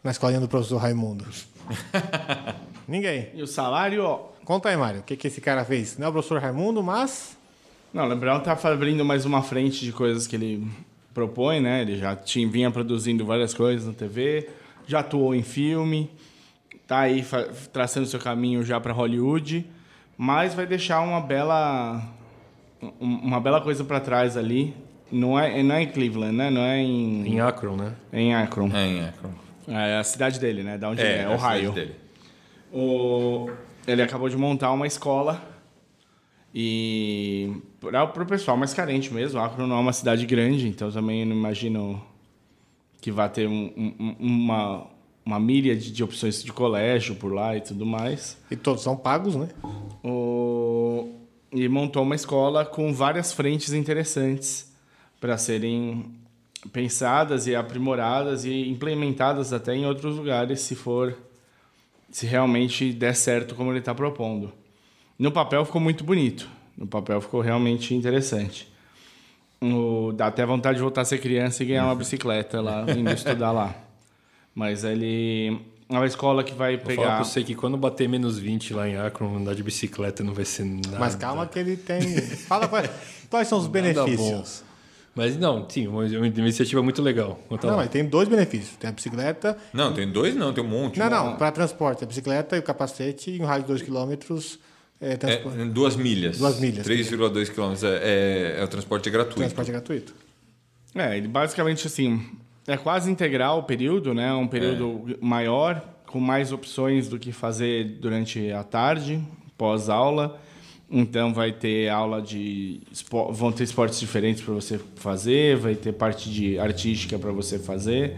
C: Na escolinha do professor Raimundo. Ninguém.
D: E o salário, ó.
C: Conta aí, Mário, o que, que esse cara fez? Não é o professor Raimundo, mas.
D: Não, o LeBron tá abrindo mais uma frente de coisas que ele propõe, né? Ele já tinha, vinha produzindo várias coisas na TV, já atuou em filme, tá aí fa- traçando seu caminho já para Hollywood, mas vai deixar uma bela um- uma bela coisa para trás ali. Não é, não é em Cleveland, né? Não é em,
B: Em Akron, né?
D: em Akron.
A: É, em Akron.
D: É a cidade dele, né? Da onde
A: É,
D: é, é
A: a cidade
D: Ohio.
A: dele.
D: O- Ele acabou de montar uma escola e para o pessoal mais carente mesmo, Acro não é uma cidade grande, então também não imagino que vá ter um- um- uma, uma milha de, de opções de colégio por lá e tudo mais.
C: E todos são pagos, né?
D: O- E montou uma escola com várias frentes interessantes para serem pensadas e aprimoradas e implementadas até em outros lugares, se for se realmente der certo como ele está propondo. No papel ficou muito bonito. No papel ficou realmente interessante. O- dá até vontade de voltar a ser criança e
B: *laughs*
D: ganhar uma bicicleta lá, indo estudar lá. Mas ele é uma escola que vai
B: Vou falar
D: pegar.
B: pra você que quando bater menos 20 lá em Akron, andar de bicicleta não vai ser nada.
C: Mas calma que ele tem. Fala quais, quais são os benefícios.
B: Mas não, sim, uma, uma iniciativa muito legal. Conta
C: Não,
B: lá.
C: mas tem dois benefícios. Tem a bicicleta.
A: Não, tem dois não, tem um monte.
C: Não, não, para transporte. A bicicleta e o capacete e um raio de 2 km é,
A: É,
C: transporte,
A: duas milhas.
C: Duas milhas.
A: 3,2 quilômetros. É, é, é o transporte gratuito.
C: transporte gratuito.
D: É, ele basicamente assim, é quase integral o período, né? É Um período maior, com mais opções do que fazer durante a tarde, pós-aula. Então vai ter aula de espo- vão ter esportes diferentes para você fazer, vai ter parte de artística para você fazer.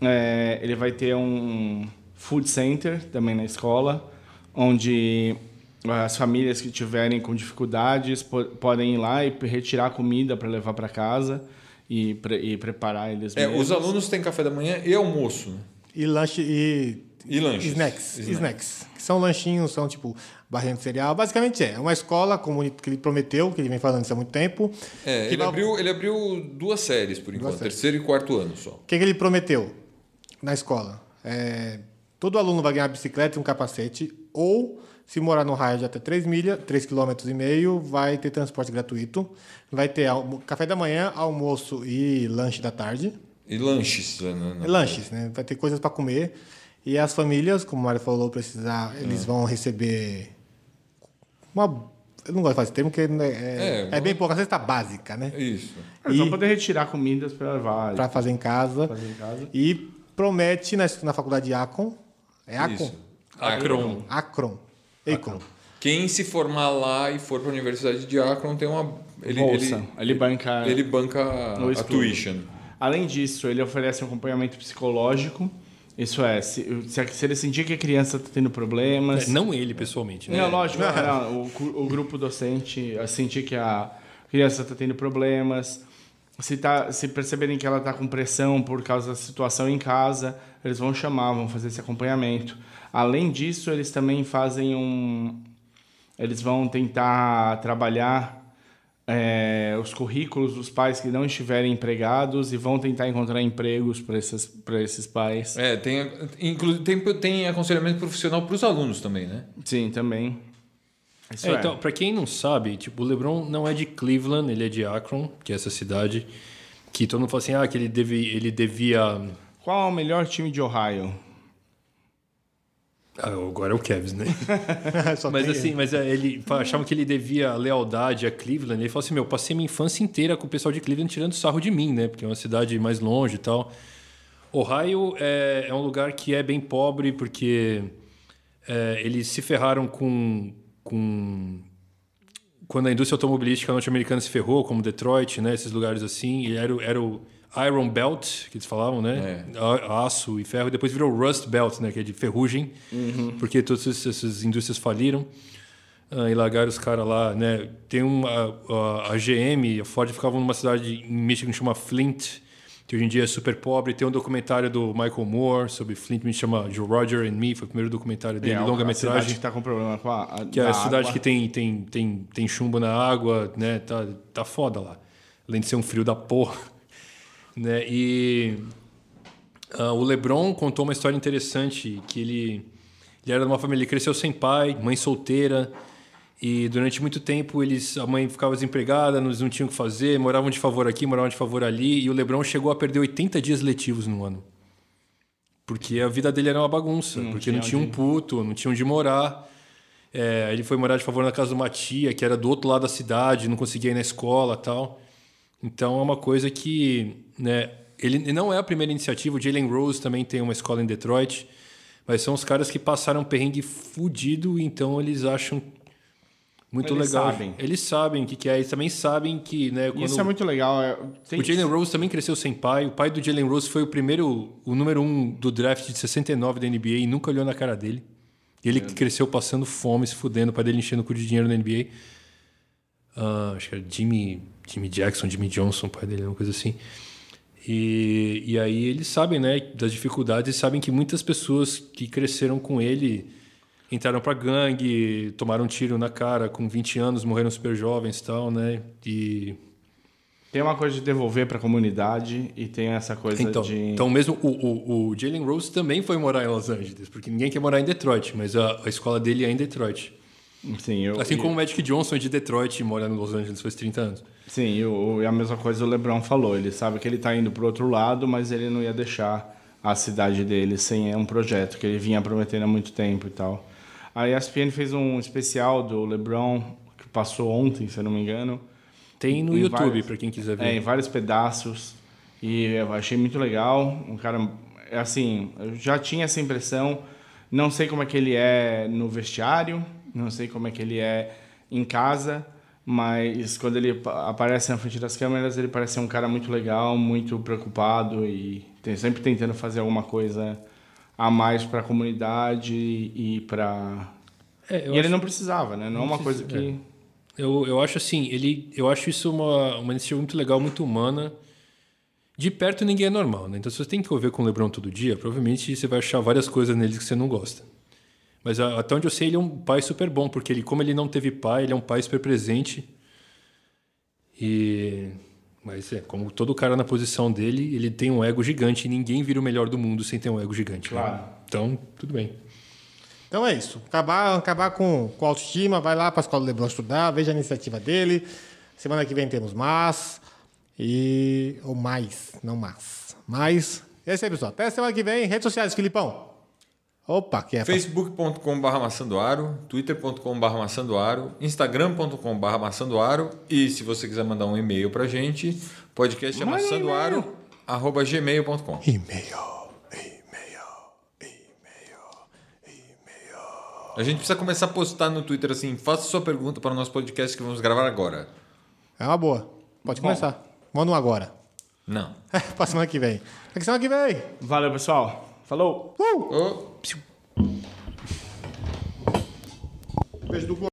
D: É, ele vai ter um food center também na escola, onde ah, as famílias que tiverem com dificuldades po- podem ir lá e retirar comida para levar para casa e, pre- e preparar eles
A: É,
D: mesmos.
A: os alunos têm café da manhã e almoço. né?
C: E lanche e.
A: E lanches.
C: Snacks,
A: Snacks.
C: snacks. Que são lanchinhos, são tipo barrinha de cereal. Basicamente é. É uma escola comuni- que ele prometeu, que ele vem falando isso há muito tempo.
A: É,
C: que
A: ele,
C: vai-
A: abriu, ele abriu duas séries por enquanto,
C: séries.
A: terceiro e quarto ano só.
C: O que, que ele prometeu na escola? É, todo aluno vai ganhar uma bicicleta e um capacete, ou Se morar num raio de até 3 milhas, 3,5 km, vai ter transporte gratuito. Vai ter almo- café da manhã, almoço e lanche da tarde.
A: E lanches. né, na- na-
C: Lanches, né? Vai ter coisas para comer. E as famílias, como o Mário falou, precisar,
A: É.
C: eles vão receber uma. Eu não gosto de fazer esse termo, porque né, é,
A: É,
C: é
A: uma-
C: bem
A: É,
C: pouca cesta básica, né?
A: Isso.
D: Eles vão
C: E-
D: poder retirar comidas para levar.
C: Pra fazer em casa.
D: Fazer em casa.
C: E promete na, na faculdade Acon. É Acon?
A: Isso. Acron.
C: Acron. Acron.
A: Quem se formar lá e for para a Universidade de Akron tem uma. Ele, É.
D: Bolsa. Ele banca-
A: Ele banca a-
D: No
A: a
D: estudo.
A: tuition.
D: Além disso, ele oferece um acompanhamento psicológico. Isso é, se, se, se ele sentir que a criança está tendo problemas.
B: É, Não ele pessoalmente, né?
D: Não,
B: *laughs*
D: É, lógico, não, o, cu- o grupo docente a sentir que a criança está tendo problemas, se, tá, se perceberem que ela está com pressão por causa da situação em casa, eles vão chamar, vão fazer esse acompanhamento. Além disso, eles também fazem um. Eles vão tentar trabalhar é, os currículos dos pais que não estiverem empregados e vão tentar encontrar empregos para esses, pra esses pais.
A: É, tem, inclusive, tem, tem aconselhamento profissional para os alunos também, né?
D: Sim, também. Isso
B: É, então, pra quem não sabe, tipo, o LeBron não é de Cleveland, ele é de Akron, que é essa cidade que todo mundo fala assim, ah, que ele, deve, ele devia...
D: Qual é o melhor time de Ohio?
B: Ah, agora é o Cavs, né?
C: *laughs* Só
B: mas
C: tem-
B: assim, mas é, ele achavam que ele devia lealdade a Cleveland. Ele falou assim, meu, passei minha infância inteira com o pessoal de Cleveland tirando sarro de mim, né? Porque é uma cidade mais longe e tal. Ohio é, é um lugar que é bem pobre porque é, eles se ferraram com, com quando a indústria automobilística norte-americana se ferrou, como Detroit, né? Esses lugares assim, e era, o- era o Iron Belt, que eles falavam, né? A- Aço e ferro, e depois virou Rust Belt, né? Que é de ferrugem, porque todas essas- essas indústrias faliram. ah, e largaram os caras lá, né? Tem uma. A, a GM e a Ford ficavam numa cidade em Michigan que chama Flint, que hoje em dia é super pobre. Tem um documentário do Michael Moore sobre Flint, me chama The Roger and Me, foi o primeiro documentário dele,
D: É, a- a cidade
B: longa-metragem.
D: que tá com problema com a, a-
B: Que é
D: da
B: a cidade
D: água.
B: que tem, tem, tem, tem chumbo na água, né? Tá, tá foda lá. Além de ser um frio da porra. *laughs* Né? E ah, o Lebron contou uma história interessante que ele, ele era de uma família, ele cresceu sem pai, mãe solteira. E durante muito tempo eles, a mãe ficava desempregada, não, não tinham o que fazer, moravam de favor aqui, moravam de favor ali. E o Lebron chegou a perder 80 dias letivos no ano. Porque a vida dele era uma bagunça, porque não tinha um puto, não tinha onde morar. É, ele foi morar de favor na casa de uma tia, que era do outro lado da cidade, não conseguia ir na escola tal. Então é uma coisa que. Né, ele não é a primeira iniciativa, o Jalen Rose também tem uma escola em Detroit, mas são os caras que passaram um perrengue fudido, então eles acham muito
D: Eles
B: legal.
D: sabem.
B: Eles sabem o que, que é, eles também sabem que. Né, quando-
D: Isso é muito legal. é- tem-
B: o Jalen Rose também cresceu sem pai. O pai do Jalen Rose foi o primeiro, o número um do draft de 69 da NBA e nunca olhou na cara dele. E ele cresceu passando fome, se fudendo, o pai dele enchendo o cu de dinheiro na NBA. Ah, acho que era Jimmy, Jimmy Jackson, Jimmy Johnson, o pai dele, uma coisa assim. E, e aí eles sabem, né, das dificuldades, e sabem que muitas pessoas que cresceram com ele entraram pra gangue, tomaram um tiro na cara com 20 anos, morreram super jovens e tal, né? E
D: Tem uma coisa de devolver pra comunidade e tem essa coisa
B: Então,
D: de.
B: então mesmo o, o, o Jalen Rose também foi morar em Los Angeles, porque ninguém quer morar em Detroit, mas a, a escola dele é em Detroit.
D: Sim, eu,
B: Assim
D: e-
B: como o Magic Johnson é de Detroit e mora em Los Angeles faz 30 anos.
D: Sim, e o- e a mesma coisa o Lebron falou. Ele sabe que ele tá indo pro outro lado, mas ele não ia deixar a cidade dele sem um projeto que ele vinha prometendo há muito tempo e tal. A ESPN fez um especial do Lebron que passou ontem, se eu não me engano.
B: Tem no
D: Em
B: YouTube,
D: vários-
B: pra quem quiser ver.
D: É, em vários pedaços. E eu achei muito legal. Um cara, é assim, eu já tinha essa impressão. Não sei como é que ele é no vestiário, não sei como é que ele é em casa, mas quando ele pa- aparece na frente das câmeras, ele parece ser um cara muito legal, muito preocupado e tem, sempre tentando fazer alguma coisa a mais para a comunidade e para.
B: É, eu
D: E ele
B: acho-
D: não precisava, né? Não é uma coisa
B: precisa,
D: que.
B: Eu, eu acho assim, ele, eu acho isso uma, uma iniciativa muito legal, muito humana. De perto ninguém é normal, né? Então se você tem que conviver com o LeBron todo dia, provavelmente você vai achar várias coisas nele que você não gosta. Mas a- até onde eu sei, ele é um pai super bom, porque ele, como ele não teve pai, ele é um pai super presente. E mas é, como todo cara na posição dele, ele tem um ego gigante e ninguém vira o melhor do mundo sem ter um ego gigante. né?
D: Claro.
B: Então, tudo bem.
C: Então é isso. Acabar, acabar com, com a autoestima, vai lá para a escola do Lebron estudar, veja a iniciativa dele. Semana que vem temos mais. E. Ou mais, não mais. Mais. É isso aí, pessoal. Até semana que vem. Redes sociais, Filipão. Opa, que é.
A: facebook.com.br maçandoaro, twitter.com.br maçandoaro, instagram.com.br maçandoaro e se você quiser mandar um e-mail pra gente, podcast é maçandoaro, arroba gmail.com.
C: E-mail. E-mail.
A: A gente precisa começar a postar no Twitter assim, faça sua pergunta para o nosso podcast que vamos gravar agora.
C: É uma boa. Pode começar. Manda um agora. *laughs*
A: Não.
C: pra semana que vem. Até semana que vem.
B: é.
D: Valeu, pessoal. Falou!
A: Ô.
C: Beijo do